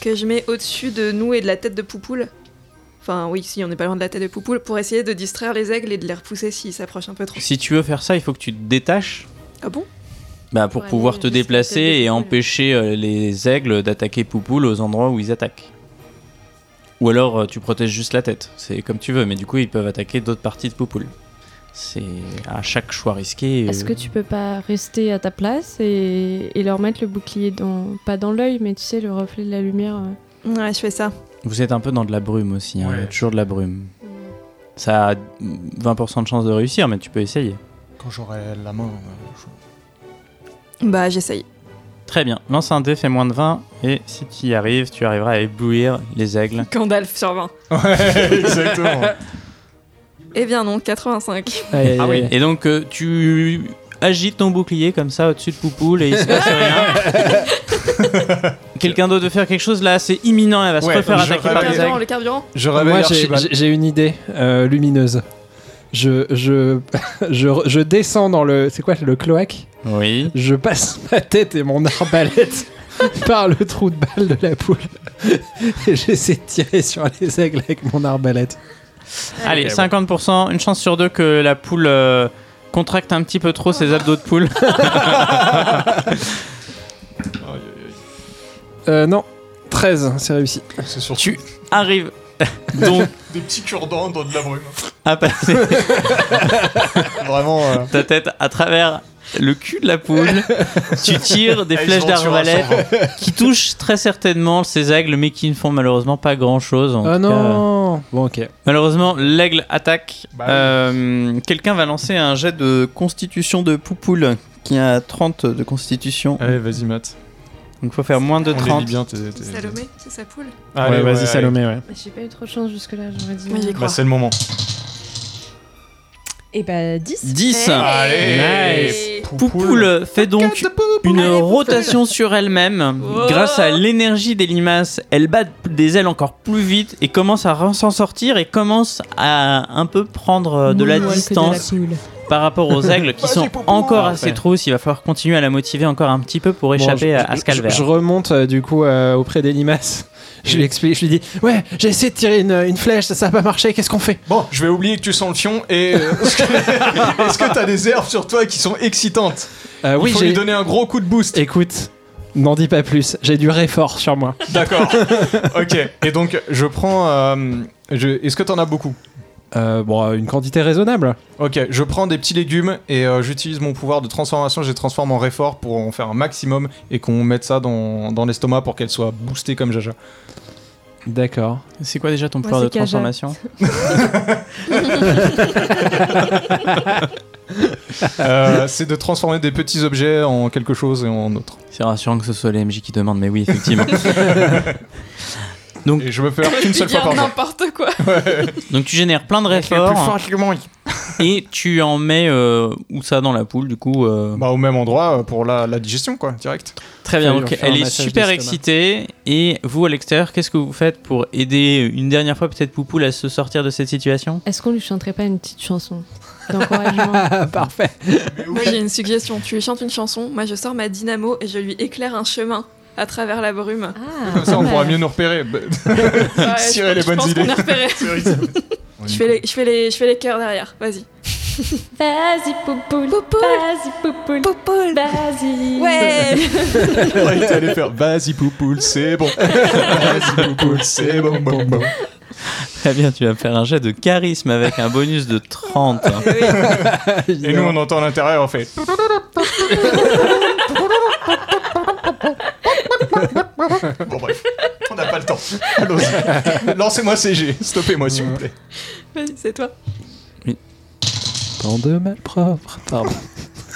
Speaker 2: que je mets au-dessus de nous et de la tête de Poupoule. Enfin, oui, si, on n'est pas loin de la tête de Poupoule, pour essayer de distraire les aigles et de les repousser s'ils s'approchent un peu trop.
Speaker 3: Si tu veux faire ça, il faut que tu te détaches
Speaker 2: Ah bon
Speaker 3: bah, pour
Speaker 6: Ouais,
Speaker 3: pouvoir
Speaker 6: mais
Speaker 3: te
Speaker 6: je sais
Speaker 3: déplacer
Speaker 6: pas,
Speaker 3: et
Speaker 6: des
Speaker 3: empêcher euh, les aigles d'attaquer Poupoule aux endroits où ils attaquent. Ou alors euh, tu protèges juste la tête, c'est comme tu veux, mais du coup ils peuvent attaquer d'autres parties de Poupoule. C'est à chaque choix risqué. euh,
Speaker 6: Est-ce que tu peux pas rester à ta place et, et leur mettre le bouclier dans pas dans l'œil, mais tu sais le reflet de la lumière. euh.
Speaker 2: Ouais, je fais ça.
Speaker 3: Vous êtes un peu dans de la brume aussi, hein, il y a
Speaker 1: Ouais.
Speaker 3: toujours de la brume.
Speaker 6: euh,
Speaker 3: Ça a 20% de chance de réussir, mais tu peux essayer.
Speaker 1: Quand j'aurai la main,
Speaker 2: Bah, j'essaye.
Speaker 3: Très bien, lance un dé, fais moins de 20, et si tu y arrives, tu arriveras à éblouir les aigles.
Speaker 2: Gandalf sur 20.
Speaker 1: ouais, [laughs] exactement.
Speaker 2: Eh bien non, 85.
Speaker 5: Aïe, aïe,
Speaker 3: Ah oui.
Speaker 5: aïe.
Speaker 3: Et donc euh, tu agites ton bouclier comme ça au-dessus de Poupoule et
Speaker 1: [laughs]
Speaker 3: il se passe rien. Quelqu'un d'autre veut faire quelque chose là, c'est imminent, elle va
Speaker 1: Ouais,
Speaker 3: se refaire
Speaker 1: je
Speaker 3: attaquer
Speaker 1: réveille-
Speaker 3: par les
Speaker 2: Carburant,
Speaker 3: aigles.
Speaker 2: le carburant
Speaker 1: Je réveille
Speaker 5: Moi, j'ai-
Speaker 1: Archibald.
Speaker 5: j'ai j'ai une idée euh, lumineuse. Je, je, [laughs] je, je descends dans le. C'est quoi le cloaque
Speaker 3: Oui.
Speaker 5: Je passe [laughs] ma tête et mon arbalète [laughs] par le trou de balle de la poule. [laughs] Et j'essaie de tirer sur les aigles avec mon arbalète.
Speaker 3: Allez, 50%, une chance sur deux que la poule euh, contracte un petit peu trop ses abdos de poule. [laughs]
Speaker 1: Aïe, aïe,
Speaker 5: Euh, non, 13, c'est réussi.
Speaker 1: aïe. C'est surtout.
Speaker 3: Tu arrives [laughs] Donc,
Speaker 1: Des petits cure-dents dans de la brume.
Speaker 3: à passer
Speaker 1: Vraiment. euh,
Speaker 3: ta tête à travers le cul de la
Speaker 1: [laughs]
Speaker 3: poule, tu tires des
Speaker 1: elles
Speaker 3: flèches
Speaker 1: sont sur un
Speaker 3: d'arbalète
Speaker 1: serpent.
Speaker 3: qui touchent très certainement ces aigles, mais qui ne font malheureusement pas grand chose.
Speaker 5: Oh non Bon, ok.
Speaker 3: Malheureusement, l'aigle attaque.
Speaker 1: Bah oui.
Speaker 3: Euh, Quelqu'un va lancer un jet de constitution de Poupoule qui a 30 de constitution.
Speaker 1: Allez, vas-y, Matt.
Speaker 3: Donc faut faire moins de
Speaker 1: On les lit
Speaker 3: 30.
Speaker 1: bien, tes. tes-
Speaker 2: Salomé, c'est sa poule.
Speaker 1: Allez,
Speaker 5: ouais, vas-y,
Speaker 1: ouais,
Speaker 5: Salomé, ouais.
Speaker 6: J'ai pas eu trop de chance jusque-là, j'aurais dit. hein.
Speaker 2: Moi, j'y
Speaker 1: allez.
Speaker 2: crois.
Speaker 1: Bah, c'est le moment.
Speaker 2: Eh
Speaker 9: Et bah 10.
Speaker 3: 10.
Speaker 1: Allez
Speaker 2: Nice.
Speaker 3: Poupoule fait donc une rotation sur elle-même.
Speaker 2: Wow.
Speaker 3: Grâce à l'énergie des limaces, elle bat des ailes encore plus vite et commence à s'en sortir et commence à un peu prendre euh, de la
Speaker 9: Moule, moule que
Speaker 3: distance
Speaker 9: de la poule.
Speaker 3: par rapport aux aigles qui
Speaker 1: Vas-y,
Speaker 3: sont
Speaker 1: Poupou.
Speaker 3: encore à
Speaker 1: Parfait.
Speaker 3: ses trousses. Il va falloir continuer à la motiver encore un petit peu pour
Speaker 5: Bon,
Speaker 3: échapper
Speaker 5: je-
Speaker 3: à, à ce
Speaker 5: je-
Speaker 3: calvaire.
Speaker 5: Je, remonte euh, du coup euh, auprès des limaces. Je lui explique, je lui dis Ouais, j'ai essayé de tirer une, une flèche, ça n'a pas marché, qu'est-ce qu'on fait
Speaker 1: Bon, je vais oublier que tu sens le fion et. euh, [laughs] Est-ce que est-ce que t'as des herbes sur toi qui sont excitantes
Speaker 5: Euh,
Speaker 1: Il
Speaker 5: Oui,
Speaker 1: faut lui
Speaker 5: j'ai.
Speaker 1: donner un gros coup de boost.
Speaker 5: Écoute, n'en dis pas plus, j'ai du réfort sur moi.
Speaker 1: D'accord. ok. Et donc, je prends. euh, je- Est-ce que t'en as beaucoup
Speaker 5: [laughs] Euh, bon, euh, une quantité raisonnable.
Speaker 1: Ok, je prends des petits légumes et euh, j'utilise mon pouvoir de transformation. Je les transforme en réfort pour en faire un maximum et qu'on mette ça dans, dans l'estomac pour qu'elle soit boostée comme Jaja.
Speaker 5: D'accord.
Speaker 3: C'est quoi déjà ton
Speaker 6: Moi,
Speaker 3: pouvoir de
Speaker 6: c'est Kaja.
Speaker 3: transformation
Speaker 5: [laughs]
Speaker 1: Euh, C'est de transformer des petits objets en quelque chose et en autre.
Speaker 3: C'est rassurant que ce soit les MJ qui demandent, mais oui, effectivement.
Speaker 1: Et je me fais
Speaker 2: T'aurais
Speaker 1: qu'une
Speaker 2: pu
Speaker 1: seule fois
Speaker 2: dire
Speaker 1: par jour.
Speaker 2: n'importe quoi.
Speaker 3: [laughs] Donc tu génères plein de réforts et tu en mets euh, où ça dans la poule du coup. euh,
Speaker 1: Bah, au même endroit euh, pour la, la digestion, quoi, direct.
Speaker 3: Très bien,
Speaker 5: Oui, on
Speaker 3: donc
Speaker 5: fait un
Speaker 3: elle est
Speaker 5: massage
Speaker 3: super
Speaker 5: d'estomac.
Speaker 3: excitée. Et vous, à l'extérieur, qu'est-ce que vous faites pour aider une dernière fois peut-être Poupoule à se sortir de cette situation
Speaker 6: Est-ce qu'on lui chanterait pas une petite [laughs] chanson d'encouragement
Speaker 5: Ah, parfait.
Speaker 2: Moi j'ai une suggestion, tu lui chantes une chanson, moi je sors ma dynamo et je lui éclaire un chemin à travers la brume.
Speaker 6: Ah,
Speaker 1: Comme ça, on
Speaker 6: pas
Speaker 1: pourra
Speaker 6: mal.
Speaker 1: mieux nous repérer. Bah,
Speaker 2: [laughs] Ouais,
Speaker 1: Cirer
Speaker 2: je-
Speaker 1: les
Speaker 2: je
Speaker 1: bonnes
Speaker 2: pense
Speaker 1: idées.
Speaker 2: qu'on est repérés. [laughs] Je fais les, je fais les, je fais les cœurs derrière, vas-y.
Speaker 7: Vas-y, poupoule.
Speaker 2: Poupoule.
Speaker 7: Vas-y, poupoule.
Speaker 2: Poupoule
Speaker 7: Vas-y.
Speaker 2: [laughs]
Speaker 6: [laughs]
Speaker 2: Ouais
Speaker 1: J'aurais été allé faire Vas-y, Poupoule, c'est bon. Vas-y, Poupoule, c'est bon, bon, bon.
Speaker 3: Très bien, tu vas me faire un jet de charisme avec un bonus de 30.
Speaker 2: Eh oui.
Speaker 1: Et nous, on entend l'intérieur, on fait. bon, bref, on n'a pas le temps. Allons-y. Lancez-moi CG, stoppez-moi, s'il vous plaît.
Speaker 2: Vas-y, c'est toi.
Speaker 5: Tant de malpropre. Pardon.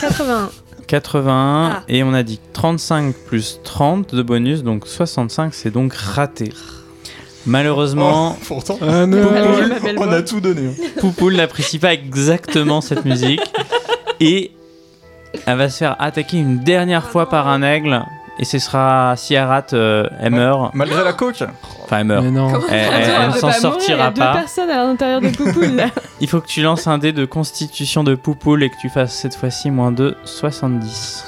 Speaker 6: 81.
Speaker 3: 81,
Speaker 2: Ah.
Speaker 3: et on a dit 35 plus 30 de bonus, donc 65, c'est donc raté. Malheureusement,
Speaker 1: Oh, pourtant,
Speaker 5: Ah, non.
Speaker 1: Poupoule,
Speaker 6: ma belle
Speaker 1: on
Speaker 6: voix.
Speaker 1: a tout donné.
Speaker 3: Poupoule n'apprécie pas exactement cette musique et elle va se faire attaquer une dernière fois par un aigle et ce sera si elle rate euh, elle
Speaker 1: [laughs]
Speaker 3: meurt
Speaker 1: Malgré la coque
Speaker 3: enfin elle meurt
Speaker 5: [laughs] Mais non.
Speaker 2: Comment
Speaker 3: elle,
Speaker 2: ça
Speaker 3: elle-
Speaker 2: va
Speaker 3: elle ne
Speaker 6: peut
Speaker 3: s'en
Speaker 6: pas mourir, il y
Speaker 3: sortira
Speaker 6: a deux
Speaker 3: pas
Speaker 6: personnes à l'intérieur de
Speaker 2: [laughs]
Speaker 6: Poupoule là.
Speaker 3: il faut que tu lances un dé de constitution de Poupoule et que tu fasses cette fois-ci moins de 70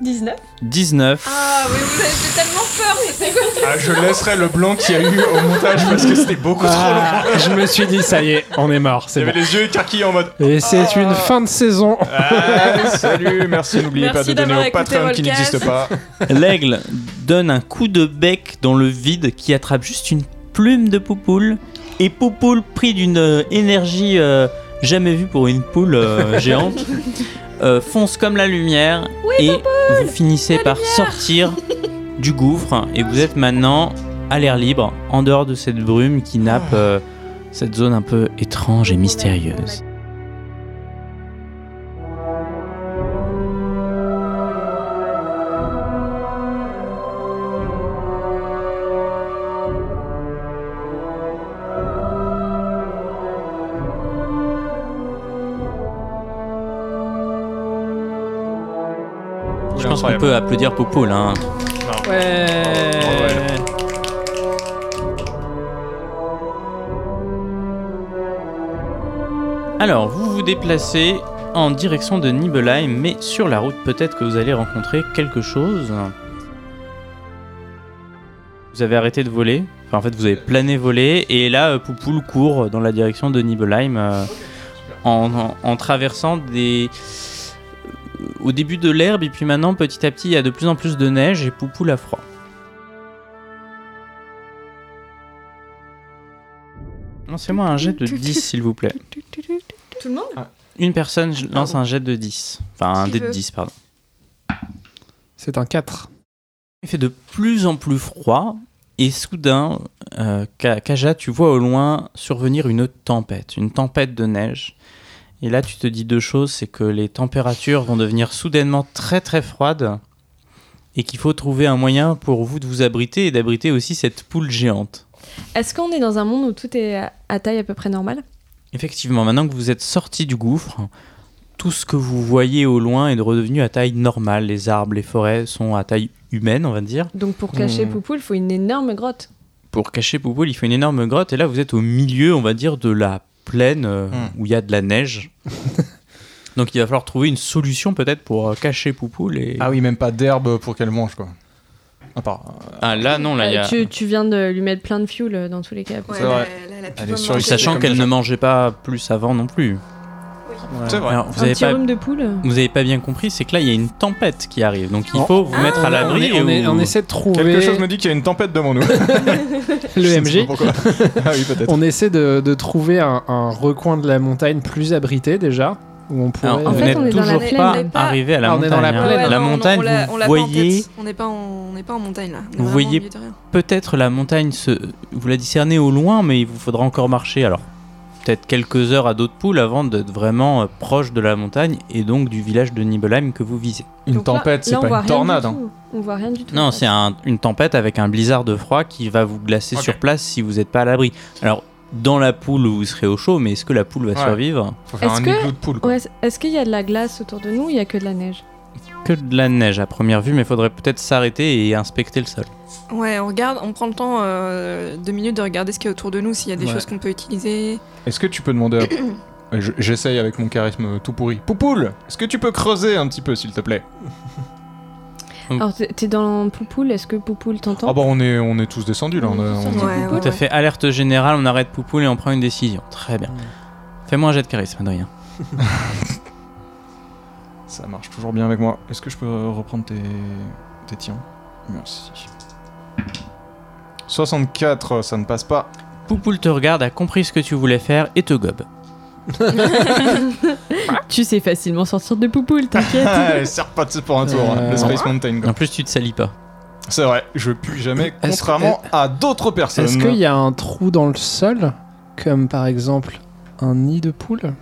Speaker 7: 19.
Speaker 3: 19
Speaker 2: Ah oui, vous avez fait tellement peur, c'était quoi
Speaker 1: ah, Je laisserai le blanc qu'il y a eu au montage parce que c'était beaucoup trop long.
Speaker 5: Ah, je me suis dit, ça y est, on est mort,
Speaker 1: Il
Speaker 5: c'est
Speaker 1: y
Speaker 5: bon.
Speaker 1: avait les yeux écarquillés en mode
Speaker 5: Et c'est une fin de saison.
Speaker 1: Ah, salut, merci, n'oubliez pas
Speaker 2: Merci
Speaker 1: de donner
Speaker 2: d'avoir
Speaker 1: au patron
Speaker 2: écouté
Speaker 1: qui n'existe pas.
Speaker 3: l'aigle donne un coup de bec dans le vide qui attrape juste une plume de Poupoule et Poupoule pris d'une euh, énergie euh, jamais vue pour une poule euh, géante euh, fonce comme la lumière et vous finissez par sortir du gouffre et vous êtes maintenant à l'air libre en dehors de cette brume qui nappe euh, cette zone un peu étrange et mystérieuse. Je pense qu'on peut applaudir Popoul. Hein.
Speaker 1: Ouais.
Speaker 3: Alors, vous vous déplacez en direction de Nibelheim, mais sur la route, peut-être que vous allez rencontrer quelque chose. Vous avez arrêté de voler. Enfin, en fait, vous avez plané voler. Et là, euh, Poupoul court dans la direction de Nibelheim euh, en, en- en traversant des. euh, Au début de l'herbe, et puis maintenant, petit à petit, il y a de plus en plus de neige et Poupoul a froid. Lancez-moi un jet de 10, s'il vous plaît.
Speaker 2: Tout le monde Ah.
Speaker 3: Une personne je lance un jet de 10. Enfin, un
Speaker 2: Qui
Speaker 3: dé de
Speaker 2: veut
Speaker 3: 10, pardon.
Speaker 5: C'est un 4.
Speaker 3: Il fait de plus en plus froid et soudain, euh, Ka- Kaja, tu vois au loin survenir une tempête, une tempête de neige. Et là, tu te dis deux choses, c'est que les températures vont devenir soudainement très très froides et qu'il faut trouver un moyen pour vous de vous abriter et d'abriter aussi cette poule géante.
Speaker 6: Est-ce qu'on est dans un monde où tout est à- à taille à peu près normale
Speaker 3: Effectivement, maintenant que vous êtes sorti du gouffre, tout ce que vous voyez au loin est redevenu à taille normale. Les arbres, les forêts sont à taille humaine, on va dire.
Speaker 6: Donc pour cacher
Speaker 3: Hmm.
Speaker 6: Poupoule, il faut une énorme grotte.
Speaker 3: pour cacher Poupoule, il faut une énorme grotte. Et là, vous êtes au milieu, on va dire, de la plaine euh,
Speaker 1: Hmm.
Speaker 3: où il y a de la
Speaker 5: [laughs]
Speaker 3: neige. Donc, il va falloir trouver une solution peut-être pour euh, cacher Poupoule. Et...
Speaker 1: Ah oui, même pas d'herbe pour qu'elle mange, quoi. À part. euh,
Speaker 3: Ah, là, non, là, il y
Speaker 6: Euh,
Speaker 3: a.
Speaker 6: tu, tu viens de lui mettre plein de fuel euh, dans tous les cas.
Speaker 2: Ouais,
Speaker 1: C'est vrai.
Speaker 2: là, là, elle a plus
Speaker 1: Elle est
Speaker 2: besoin de
Speaker 1: sur-
Speaker 2: manger.
Speaker 3: Sachant
Speaker 1: comme
Speaker 3: qu'elle
Speaker 1: ça.
Speaker 3: ne mangeait pas plus avant non plus.
Speaker 1: C'est vrai.
Speaker 3: Alors, vous
Speaker 7: un
Speaker 3: n'avez
Speaker 7: petit
Speaker 3: pas,
Speaker 7: rhume de poule.
Speaker 3: vous avez pas bien compris, c'est que là, il y a une tempête qui arrive. Donc, il
Speaker 5: Oh.
Speaker 3: faut vous mettre à
Speaker 5: on,
Speaker 3: l'abri.
Speaker 5: est- on, est-
Speaker 3: ou-
Speaker 5: on essaie de trouver
Speaker 1: Quelque chose me dit qu'il y a une tempête devant [laughs] nous. Je ne
Speaker 5: le
Speaker 1: sais
Speaker 5: MJ.
Speaker 1: pas pourquoi. ah oui, peut-être.
Speaker 5: On essaie de, de trouver un, un recoin de la montagne plus abrité déjà, où on pourrait. euh,
Speaker 3: Alors,
Speaker 6: En
Speaker 3: vous
Speaker 6: fait,
Speaker 3: n'êtes
Speaker 6: on est dans la
Speaker 3: toujours
Speaker 6: plaine,
Speaker 3: pas
Speaker 2: on est pas-
Speaker 3: arrivé à la
Speaker 5: Ah, on est
Speaker 3: montagne.
Speaker 5: dans la
Speaker 3: hein.
Speaker 5: plaine.
Speaker 2: Ouais,
Speaker 3: La
Speaker 2: non, non,
Speaker 3: montagne,
Speaker 2: on l'a- on
Speaker 3: vous
Speaker 2: l'a pas en tête.
Speaker 3: voyez
Speaker 2: On n'est pas, en- on n'est pas en montagne là. On est
Speaker 3: Vous
Speaker 2: vraiment au
Speaker 3: voyez-
Speaker 2: milieu de rien.
Speaker 3: peut-être la montagne, se... vous la discernez au loin, mais il vous faudra encore marcher. Alors, peut-être quelques heures à d'autres poules avant d'être vraiment euh, proche de la montagne et donc du village de Nibelheim que vous visez.
Speaker 1: Une
Speaker 6: Donc là-
Speaker 1: tempête, c'est
Speaker 6: là, on voit
Speaker 1: pas
Speaker 6: rien
Speaker 1: une
Speaker 6: du
Speaker 1: tornade. hein.
Speaker 6: tout. On voit rien du tout.
Speaker 3: Non,
Speaker 6: en
Speaker 3: c'est
Speaker 6: fait.
Speaker 3: un- une tempête avec un blizzard de froid qui va vous glacer
Speaker 1: Ok.
Speaker 3: sur place si vous n'êtes pas à l'abri. Alors, dans la poule, vous serez au chaud, mais est-ce que la poule va
Speaker 1: Ouais.
Speaker 3: survivre
Speaker 1: Faut faire
Speaker 6: Est-ce
Speaker 1: un
Speaker 6: que-
Speaker 1: igloo de poule, quoi.
Speaker 6: Ouais, c'est- Est-ce qu'il y a de la glace autour de nous ou il y a que de la neige
Speaker 3: Que de la neige à première vue, mais il faudrait peut-être s'arrêter et inspecter le sol.
Speaker 2: Ouais, on regarde, on prend le temps euh, deux minutes de regarder ce qu'il y a autour de nous, s'il y a des
Speaker 1: Ouais.
Speaker 2: choses qu'on peut utiliser.
Speaker 1: Est-ce que tu peux demander
Speaker 6: [coughs]
Speaker 1: à... Je- J'essaye avec mon charisme tout pourri. Poupoule, est-ce que tu peux creuser un petit peu, s'il te plaît
Speaker 6: Alors, t'es- t'es dans Poupoule, est-ce que Poupoule t'entend
Speaker 1: Ah bah on est, on est tous descendus, là. On a- on-
Speaker 2: Ouais, ouais,
Speaker 3: Tout à
Speaker 2: ouais.
Speaker 3: fait, alerte générale, on arrête Poupoule et on prend une décision. Très bien. Fais-moi un jet de charisme, Adrien.
Speaker 1: Ça marche toujours bien avec moi. Est-ce que je peux reprendre tes, tes tiens
Speaker 6: [coughs]
Speaker 1: Merci. 64, ça ne passe pas.
Speaker 3: Poupoule te regarde, a compris ce que tu voulais faire et te gobe.
Speaker 7: Tu sais facilement sortir de Poupoule, t'inquiète.
Speaker 1: [laughs]
Speaker 6: [laughs]
Speaker 1: Ah, serpote pour un tour, hein,
Speaker 5: Euh,
Speaker 1: le Space Mountain. quoi.
Speaker 3: En plus, tu te salis pas.
Speaker 1: C'est vrai, je pue jamais,
Speaker 5: Est-ce-
Speaker 1: contrairement à d'autres personnes.
Speaker 5: Est-ce qu'il y a un trou dans le sol, comme par exemple un nid de poule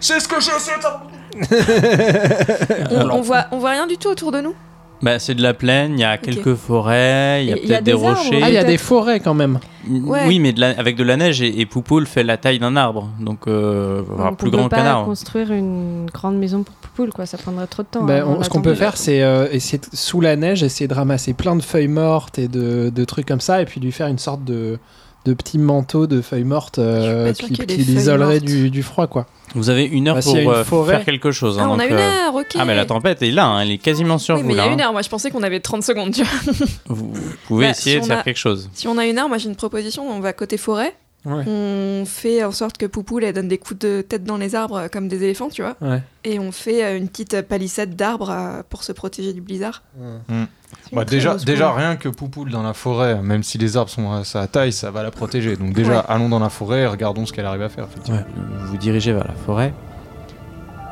Speaker 1: C'est ce que je sais t'as-
Speaker 3: Euh,
Speaker 2: On, on voit, on voit rien du tout autour de nous.
Speaker 3: Bah, c'est de la plaine, il y a quelques forêts, il y a
Speaker 6: Et il y a
Speaker 3: peut-être des,
Speaker 6: des arbres,
Speaker 3: rochers.
Speaker 5: Ah, il y a
Speaker 6: peut-être-
Speaker 5: des forêts quand même.
Speaker 2: Ouais.
Speaker 3: Oui, mais de la- avec de la neige et, et Poupoule fait la taille d'un arbre, donc euh, voilà,
Speaker 6: Donc,
Speaker 3: plus
Speaker 6: on peut
Speaker 3: grand
Speaker 6: pas
Speaker 3: qu'un
Speaker 1: hein.
Speaker 3: arbre.
Speaker 6: construire une grande maison pour Poupoule, quoi. Ça prendrait trop de
Speaker 2: Oh,
Speaker 6: temps.
Speaker 5: Bah,
Speaker 1: Ben,
Speaker 6: hein,
Speaker 5: on-
Speaker 6: on
Speaker 5: ce qu'on
Speaker 6: l'attend.
Speaker 5: peut faire, c'est euh, essayer de- sous la neige, essayer de ramasser plein de feuilles mortes et de, de trucs comme ça, et puis lui faire une sorte de, de petit manteau de feuilles mortes euh,
Speaker 2: Je suis pas sûre
Speaker 5: qui,
Speaker 2: qu'il y ait des
Speaker 5: qui
Speaker 2: feuilles
Speaker 5: l'isolerait
Speaker 2: mortes.
Speaker 5: du, du froid, quoi.
Speaker 3: Vous avez une heure
Speaker 5: Bah,
Speaker 3: pour
Speaker 5: s'il y a une
Speaker 3: euh,
Speaker 5: forêt-
Speaker 3: faire quelque chose. hein,
Speaker 2: Ah, on
Speaker 3: donc,
Speaker 2: a une
Speaker 3: euh,
Speaker 2: heure, ok.
Speaker 3: Ah, mais la tempête est là, hein, elle est quasiment sur
Speaker 2: Oui,
Speaker 3: vous.
Speaker 2: mais il y
Speaker 3: là,
Speaker 2: a une
Speaker 3: hein.
Speaker 2: heure. Moi, je pensais qu'on avait 30 secondes. tu vois.
Speaker 3: Vous pouvez
Speaker 2: Bah,
Speaker 3: essayer
Speaker 2: si
Speaker 3: de
Speaker 2: on
Speaker 3: faire
Speaker 2: a-
Speaker 3: quelque chose.
Speaker 2: si on a une heure, moi j'ai une proposition. On va côté forêt.
Speaker 5: Ouais.
Speaker 2: On fait en sorte que Poupoule elle donne des coups de tête dans les arbres euh, comme des éléphants, tu vois.
Speaker 5: Ouais.
Speaker 2: Et on fait euh, une petite euh, palissade d'arbres euh, pour se protéger du blizzard.
Speaker 1: Bah, déjà, déjà rien que Poupoule dans la forêt, même si les arbres sont à sa taille, ça va la protéger. Donc déjà,
Speaker 2: Ouais.
Speaker 1: allons dans la forêt, regardons ce qu'elle arrive à faire. effectivement.
Speaker 3: Vous vous dirigez vers la forêt.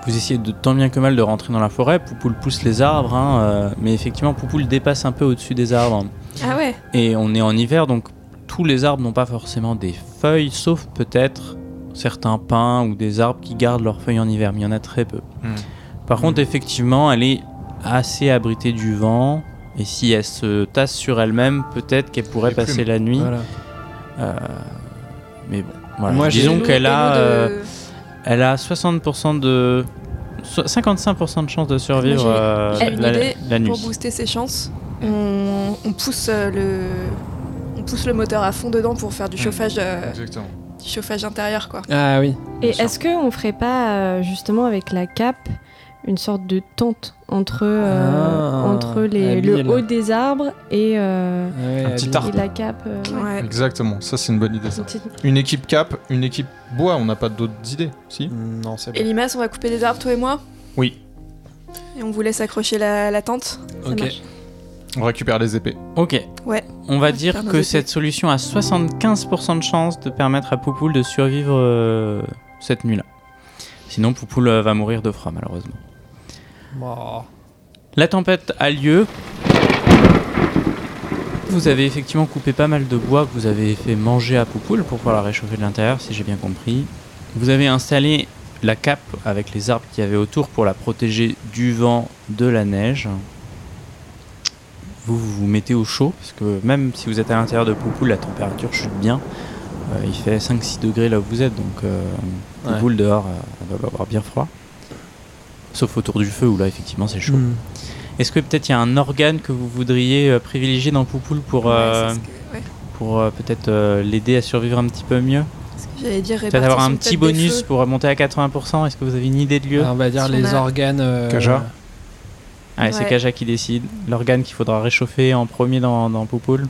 Speaker 3: Vous essayez de tant bien que mal de rentrer dans la forêt. Poupoule pousse les arbres, hein, euh, mais effectivement, Poupoule dépasse un peu au-dessus des arbres.
Speaker 2: Ah ouais.
Speaker 3: Et on est en hiver, donc tous les arbres n'ont pas forcément des feuilles, sauf peut-être certains pins ou des arbres qui gardent leurs feuilles en hiver, mais il y en a très peu.
Speaker 1: Hmm.
Speaker 3: Par contre, effectivement, elle est assez abritée du vent, et si elle se tasse sur elle-même, peut-être qu'elle pourrait
Speaker 1: Les
Speaker 3: passer
Speaker 1: plumes.
Speaker 3: la nuit.
Speaker 5: Voilà.
Speaker 3: Mais bon, voilà.
Speaker 5: Moi, j'ai-
Speaker 3: disons
Speaker 2: Et
Speaker 3: qu'elle
Speaker 2: nous-
Speaker 3: a,
Speaker 2: et nous de-
Speaker 3: euh, elle a 60% de... so- 55% de chances de survivre
Speaker 2: Moi, j'ai-
Speaker 3: euh,
Speaker 2: j'ai une
Speaker 3: la,
Speaker 2: idée
Speaker 3: la nuit.
Speaker 2: Pour booster ses chances, on, on pousse euh, le on pousse le moteur à fond dedans pour faire du
Speaker 1: Mm.
Speaker 2: chauffage euh,
Speaker 1: Exactement.
Speaker 2: du chauffage intérieur quoi.
Speaker 5: Ah oui.
Speaker 6: Et est-ce qu'on ferait pas, euh, justement, avec la cape, une sorte de tente entre, euh,
Speaker 5: Ah,
Speaker 6: entre les,
Speaker 5: habile.
Speaker 6: le haut des arbres et, euh,
Speaker 5: Ouais,
Speaker 1: Un petit
Speaker 5: habillé.
Speaker 1: arbre.
Speaker 6: et la cape euh, ouais.
Speaker 2: Ouais.
Speaker 1: Exactement, ça c'est une bonne idée ça. Une équipe cap, une équipe bois, on n'a pas d'autres idées, si
Speaker 5: Mm, Non, c'est
Speaker 2: Et
Speaker 5: bon.
Speaker 2: Limas, on va couper des arbres toi et moi
Speaker 1: Oui.
Speaker 2: Et on vous laisse accrocher la, la tente.
Speaker 6: marche.
Speaker 1: On récupère les épées.
Speaker 3: Ok.
Speaker 2: Ouais.
Speaker 3: On va
Speaker 2: Ouais,
Speaker 3: dire
Speaker 2: faire nos
Speaker 3: que
Speaker 2: épées.
Speaker 3: cette solution a 75% de chance de permettre à Poupoule de survivre euh, cette nuit-là. Sinon, Poupoule euh, va mourir de froid, malheureusement. La tempête a lieu. Vous avez effectivement coupé pas mal de bois que vous avez fait manger à Poupoule pour pouvoir la réchauffer de l'intérieur, si j'ai bien compris. Vous avez installé la cape avec les arbres qu'il y avait autour pour la protéger du vent, de la neige. Vous vous vous mettez au chaud, parce que même si vous êtes à l'intérieur de Poupoule, la température chute bien. Euh, il fait 5-6 degrés là où vous êtes, donc euh,
Speaker 5: Ouais.
Speaker 3: Poupoule dehors euh, va avoir bien froid. Sauf autour du feu où là effectivement c'est chaud.
Speaker 5: Hmm.
Speaker 3: Est-ce que peut-être il y a un organe que vous voudriez euh, privilégier dans Poupoule pour, euh,
Speaker 2: Ouais, c'est ce que- ouais,
Speaker 3: pour euh, peut-être euh, l'aider à survivre un petit peu mieux
Speaker 2: ce que j'allais dire.
Speaker 3: Peut-être avoir un petit bonus
Speaker 2: Pour...
Speaker 3: pour monter à 80% Est-ce que vous avez une idée de lieu
Speaker 5: Ah, on va dire
Speaker 2: Si on
Speaker 5: les
Speaker 2: a-
Speaker 5: organes. euh,
Speaker 1: Kaja.
Speaker 3: Allez, c'est
Speaker 2: ouais.
Speaker 3: Kaja qui décide. L'organe qu'il faudra réchauffer en premier dans, dans Poupoule.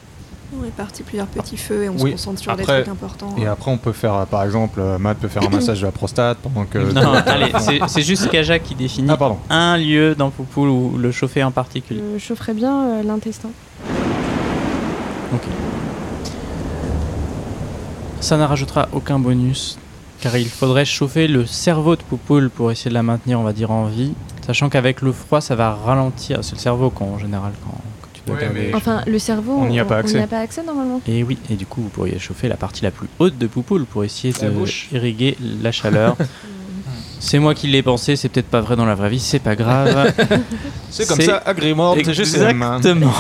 Speaker 2: On répartit plusieurs petits feux et on
Speaker 1: Ah. Oui,
Speaker 2: se concentre sur
Speaker 1: après-
Speaker 2: des trucs importants.
Speaker 1: Et après, on peut faire, euh, par exemple, euh, Matt peut faire un massage de la prostate pendant que.
Speaker 3: Non, allez, c'est- c'est juste Kaja qui définit
Speaker 1: Ah, pardon.
Speaker 3: un lieu dans Poupoule ou le chauffer en particulier.
Speaker 6: Je chaufferais bien euh, l'intestin.
Speaker 3: Ça ne rajoutera aucun bonus, car il faudrait chauffer le cerveau de Poupoule pour essayer de la maintenir, on va dire, en vie. Sachant qu'avec le froid, ça va ralentir. C'est le cerveau, quand, en général, quand, quand tu dois
Speaker 1: Ouais,
Speaker 5: euh,
Speaker 3: garder.
Speaker 1: mais-
Speaker 6: Enfin, le cerveau,
Speaker 1: On n'y a pas accès.
Speaker 6: n'y a pas accès normalement.
Speaker 3: Et oui, et du coup, vous pourriez chauffer la partie la plus haute de Poupoule pour essayer
Speaker 5: La
Speaker 3: de
Speaker 5: bouche.
Speaker 3: irriguer la
Speaker 5: [laughs]
Speaker 3: chaleur. c'est moi qui l'ai pensé, c'est peut-être pas vrai dans la vraie vie, c'est pas
Speaker 5: [laughs]
Speaker 3: grave.
Speaker 1: C'est comme
Speaker 3: C'est
Speaker 1: ça, agrément,
Speaker 3: Exactement.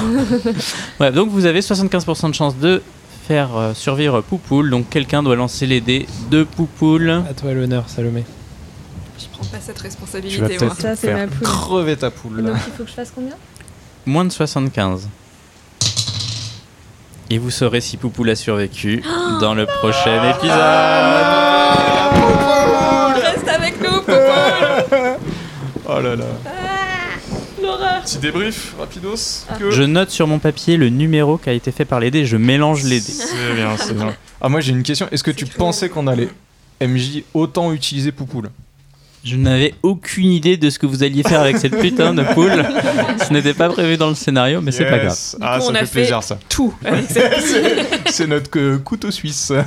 Speaker 3: [laughs] ouais, donc vous avez 75% de chance de faire euh, survivre Poupoule. Donc quelqu'un doit lancer les dés de Poupoule.
Speaker 5: À toi l'honneur, Salomé.
Speaker 2: Je prends pas cette
Speaker 1: Tu vas
Speaker 2: responsabilité, moi.
Speaker 1: peut-être
Speaker 6: Ça, c'est
Speaker 1: faire
Speaker 6: ma poule.
Speaker 1: crever ta poule.
Speaker 6: Donc
Speaker 1: là.
Speaker 6: il faut que je fasse combien
Speaker 3: Moins de 75. Et vous saurez si Poupoule a survécu dans le prochain épisode.
Speaker 2: Reste avec nous,
Speaker 1: Oh là là.
Speaker 6: L'horreur
Speaker 1: Petit débrief, rapidos.
Speaker 3: Je note sur mon papier le numéro qui a été fait par les dés. Je mélange les dés.
Speaker 1: C'est bien, c'est bien. Ah, moi j'ai une question. Est-ce que tu
Speaker 2: cruel.
Speaker 1: pensais qu'on allait MJ autant utiliser Poupoule
Speaker 3: Je n'avais aucune idée de ce que vous alliez faire avec cette putain de poule. Ce n'était pas prévu dans le scénario, mais c'est pas grave.
Speaker 1: Ah,
Speaker 2: coup,
Speaker 1: ça
Speaker 2: on a
Speaker 1: fait
Speaker 2: fait
Speaker 1: plaisir ça. [laughs]
Speaker 2: Tout.
Speaker 1: C'est notre euh, couteau suisse.
Speaker 2: [laughs]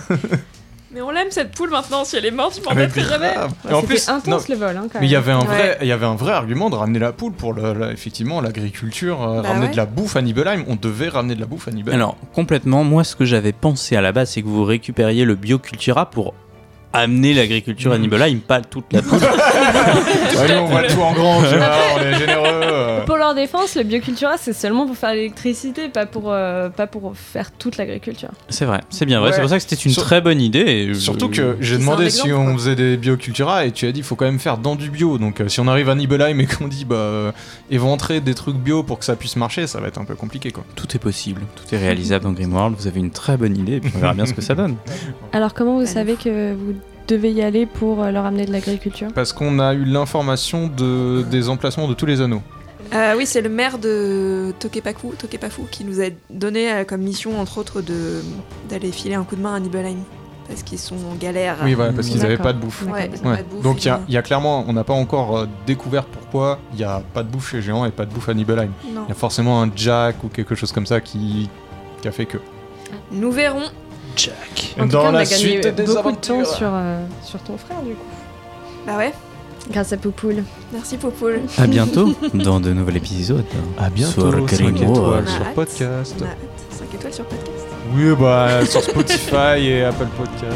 Speaker 2: Mais on l'aime cette poule maintenant. Si elle est morte, je m'en
Speaker 1: Ah, mais
Speaker 2: remet.
Speaker 1: grave. Et
Speaker 6: C'était
Speaker 1: en plus,
Speaker 6: intense
Speaker 1: non,
Speaker 6: le vol, hein, quand
Speaker 1: mais il y
Speaker 6: même.
Speaker 1: avait un
Speaker 2: Ouais.
Speaker 1: vrai, il y avait un vrai argument de ramener la poule pour le- le- effectivement l'agriculture, euh,
Speaker 2: Bah
Speaker 1: ramener
Speaker 2: ouais.
Speaker 1: de la bouffe à Nibelheim. On devait ramener de la bouffe à Nibelheim.
Speaker 3: Alors, complètement, moi, ce que j'avais pensé à la base, c'est que vous récupériez le biocultura pour amener l'agriculture à Nibelheim, pas toute la poule.
Speaker 1: Ah, nous, on voit tout en grand, tu vois, on est généreux. euh.
Speaker 6: Pour leur défense, le biocultura, c'est seulement pour faire l'électricité, pas pour, euh, pas pour faire toute l'agriculture.
Speaker 3: C'est vrai, c'est bien vrai.
Speaker 1: Ouais.
Speaker 3: C'est pour ça que c'était une
Speaker 1: Sur-
Speaker 3: très bonne idée. et je-
Speaker 1: Surtout que j'ai
Speaker 2: C'est
Speaker 1: demandé
Speaker 2: un
Speaker 1: si
Speaker 2: exemple,
Speaker 1: on
Speaker 2: quoi.
Speaker 1: faisait des biocultura et tu as dit il faut quand même faire dans du bio. Donc euh, si on arrive à Nibelheim et qu'on dit bah euh, éventrer des trucs bio pour que ça puisse marcher, ça va être un peu compliqué quoi.
Speaker 3: Tout est possible, tout est réalisable dans Grimworld. Vous avez une très bonne idée, et puis on verra bien ce que ça donne.
Speaker 6: Alors comment vous
Speaker 2: Ouais.
Speaker 6: savez que vous devez y aller pour euh, leur amener de l'agriculture
Speaker 1: Parce qu'on a eu l'information de, des emplacements de tous les anneaux.
Speaker 2: Euh, oui, c'est le maire de Tokepaku, Tokepafu qui nous a donné euh, comme mission, entre autres, de d'aller filer un coup de main à Nibelheim. Parce qu'ils sont en galère.
Speaker 1: Oui, voilà, parce qu'ils n'avaient
Speaker 6: D'accord.
Speaker 1: pas de bouffe.
Speaker 6: D'accord.
Speaker 2: Ouais, ils ont
Speaker 1: Ouais.
Speaker 2: Ah. pas de bouffe.
Speaker 1: Donc il y a-
Speaker 2: et-
Speaker 1: il y, a clairement, on n'a pas encore euh, découvert pourquoi il n'y a pas de bouffe chez Géant et pas de bouffe à Nibelheim.
Speaker 2: euh, Non.
Speaker 1: Il y a forcément un Jack ou quelque chose comme ça qui, qui a fait que.
Speaker 2: Nous verrons.
Speaker 6: En tout
Speaker 1: Dans
Speaker 6: cas, on
Speaker 1: la
Speaker 6: a gagné
Speaker 1: suite des
Speaker 6: beaucoup de temps
Speaker 1: aventures.
Speaker 6: sur, euh, sur ton frère, du coup.
Speaker 2: Bah ouais,
Speaker 6: Grâce à Poupoule.
Speaker 2: merci Popoul.
Speaker 3: À bientôt dans de nouveaux épisodes.
Speaker 1: À
Speaker 3: bientôt, Sur cinq Grimworld. étoiles
Speaker 1: étoiles
Speaker 2: sur On a
Speaker 1: sur
Speaker 2: hâte.
Speaker 1: podcast.
Speaker 2: On a hâte. 5 étoiles sur podcast.
Speaker 1: Oui, bah sur Spotify et Apple Podcast.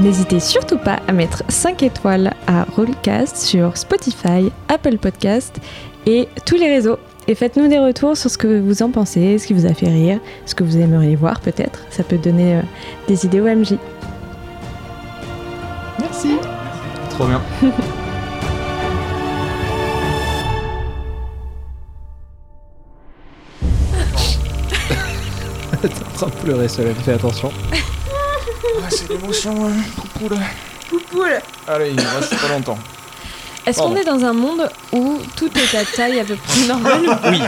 Speaker 7: N'hésitez surtout pas à mettre 5 étoiles à Rollcast sur Spotify, Apple Podcast et tous les réseaux. Et faites-nous des retours sur ce que vous en pensez, ce qui vous a fait rire, ce que vous aimeriez voir peut-être. Ça peut donner euh, des idées au MJ.
Speaker 5: Merci.
Speaker 1: Trop bien.
Speaker 5: T'es en train de pleurer, Salomé. Fais attention.
Speaker 1: c'est l'émotion, Poupoule.
Speaker 2: Popoul
Speaker 1: Allez, il me reste pas longtemps.
Speaker 7: Est-ce
Speaker 1: qu'on
Speaker 7: qu'on
Speaker 1: Pardon.
Speaker 7: est dans un monde où tout est à taille à peu près normale
Speaker 3: Oui,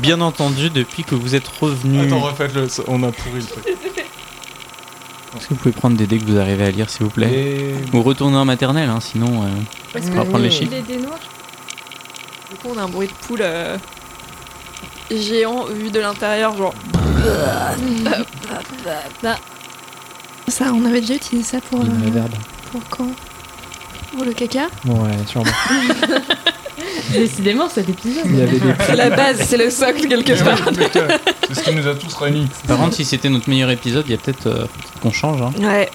Speaker 3: bien
Speaker 1: Mmh.
Speaker 3: entendu, depuis que vous êtes revenu.
Speaker 1: [laughs] Attends, refaites-le, ça- on a pourri le truc.
Speaker 3: Est-ce que vous pouvez prendre des dés que vous arrivez à lire, s'il vous plaît
Speaker 1: Et...
Speaker 3: Ou retourner en maternelle, hein, sinon. euh,
Speaker 6: Parce
Speaker 3: On va prendre les chiffres.
Speaker 6: les dés noirs.
Speaker 2: Du coup, on a un bruit de poule euh, géant vu de l'intérieur, genre.
Speaker 9: Bah, Ça, on avait déjà utilisé ça pour,
Speaker 5: Lime
Speaker 9: euh,
Speaker 5: reverb.
Speaker 9: pour quand Pour le caca
Speaker 5: Ouais, sûrement.
Speaker 6: Décidément, cet épisode.
Speaker 5: Il y avait
Speaker 7: Ah,
Speaker 5: des
Speaker 2: C'est la base, c'est le socle
Speaker 1: Mais
Speaker 2: quelque
Speaker 1: oui,
Speaker 2: part.
Speaker 1: mais que- C'est ce qui nous a tous réunis.
Speaker 3: Par contre, si c'était notre meilleur épisode, il y a peut-être euh, peut-être qu'on change. hein.
Speaker 2: Ouais.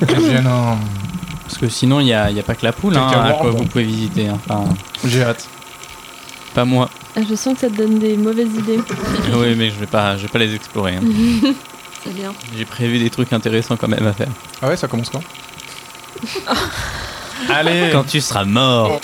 Speaker 1: C'est gênant.
Speaker 3: Parce que sinon, il n'y a, il y a pas que la poule
Speaker 1: Peut-être
Speaker 3: hein,
Speaker 1: qu'il y a
Speaker 3: à quoi
Speaker 1: World.
Speaker 3: vous pouvez visiter. hein. Enfin,
Speaker 1: J'ai hâte.
Speaker 3: pas moi. [coughs]
Speaker 6: Ah, Je sens que ça te donne des mauvaises idées.
Speaker 3: oui, mais je vais pas, je vais pas les explorer. hein.
Speaker 2: C'est bien.
Speaker 3: J'ai prévu des trucs intéressants quand même à faire.
Speaker 1: Ah ouais, ça commence quand
Speaker 3: Allez Quand tu seras mort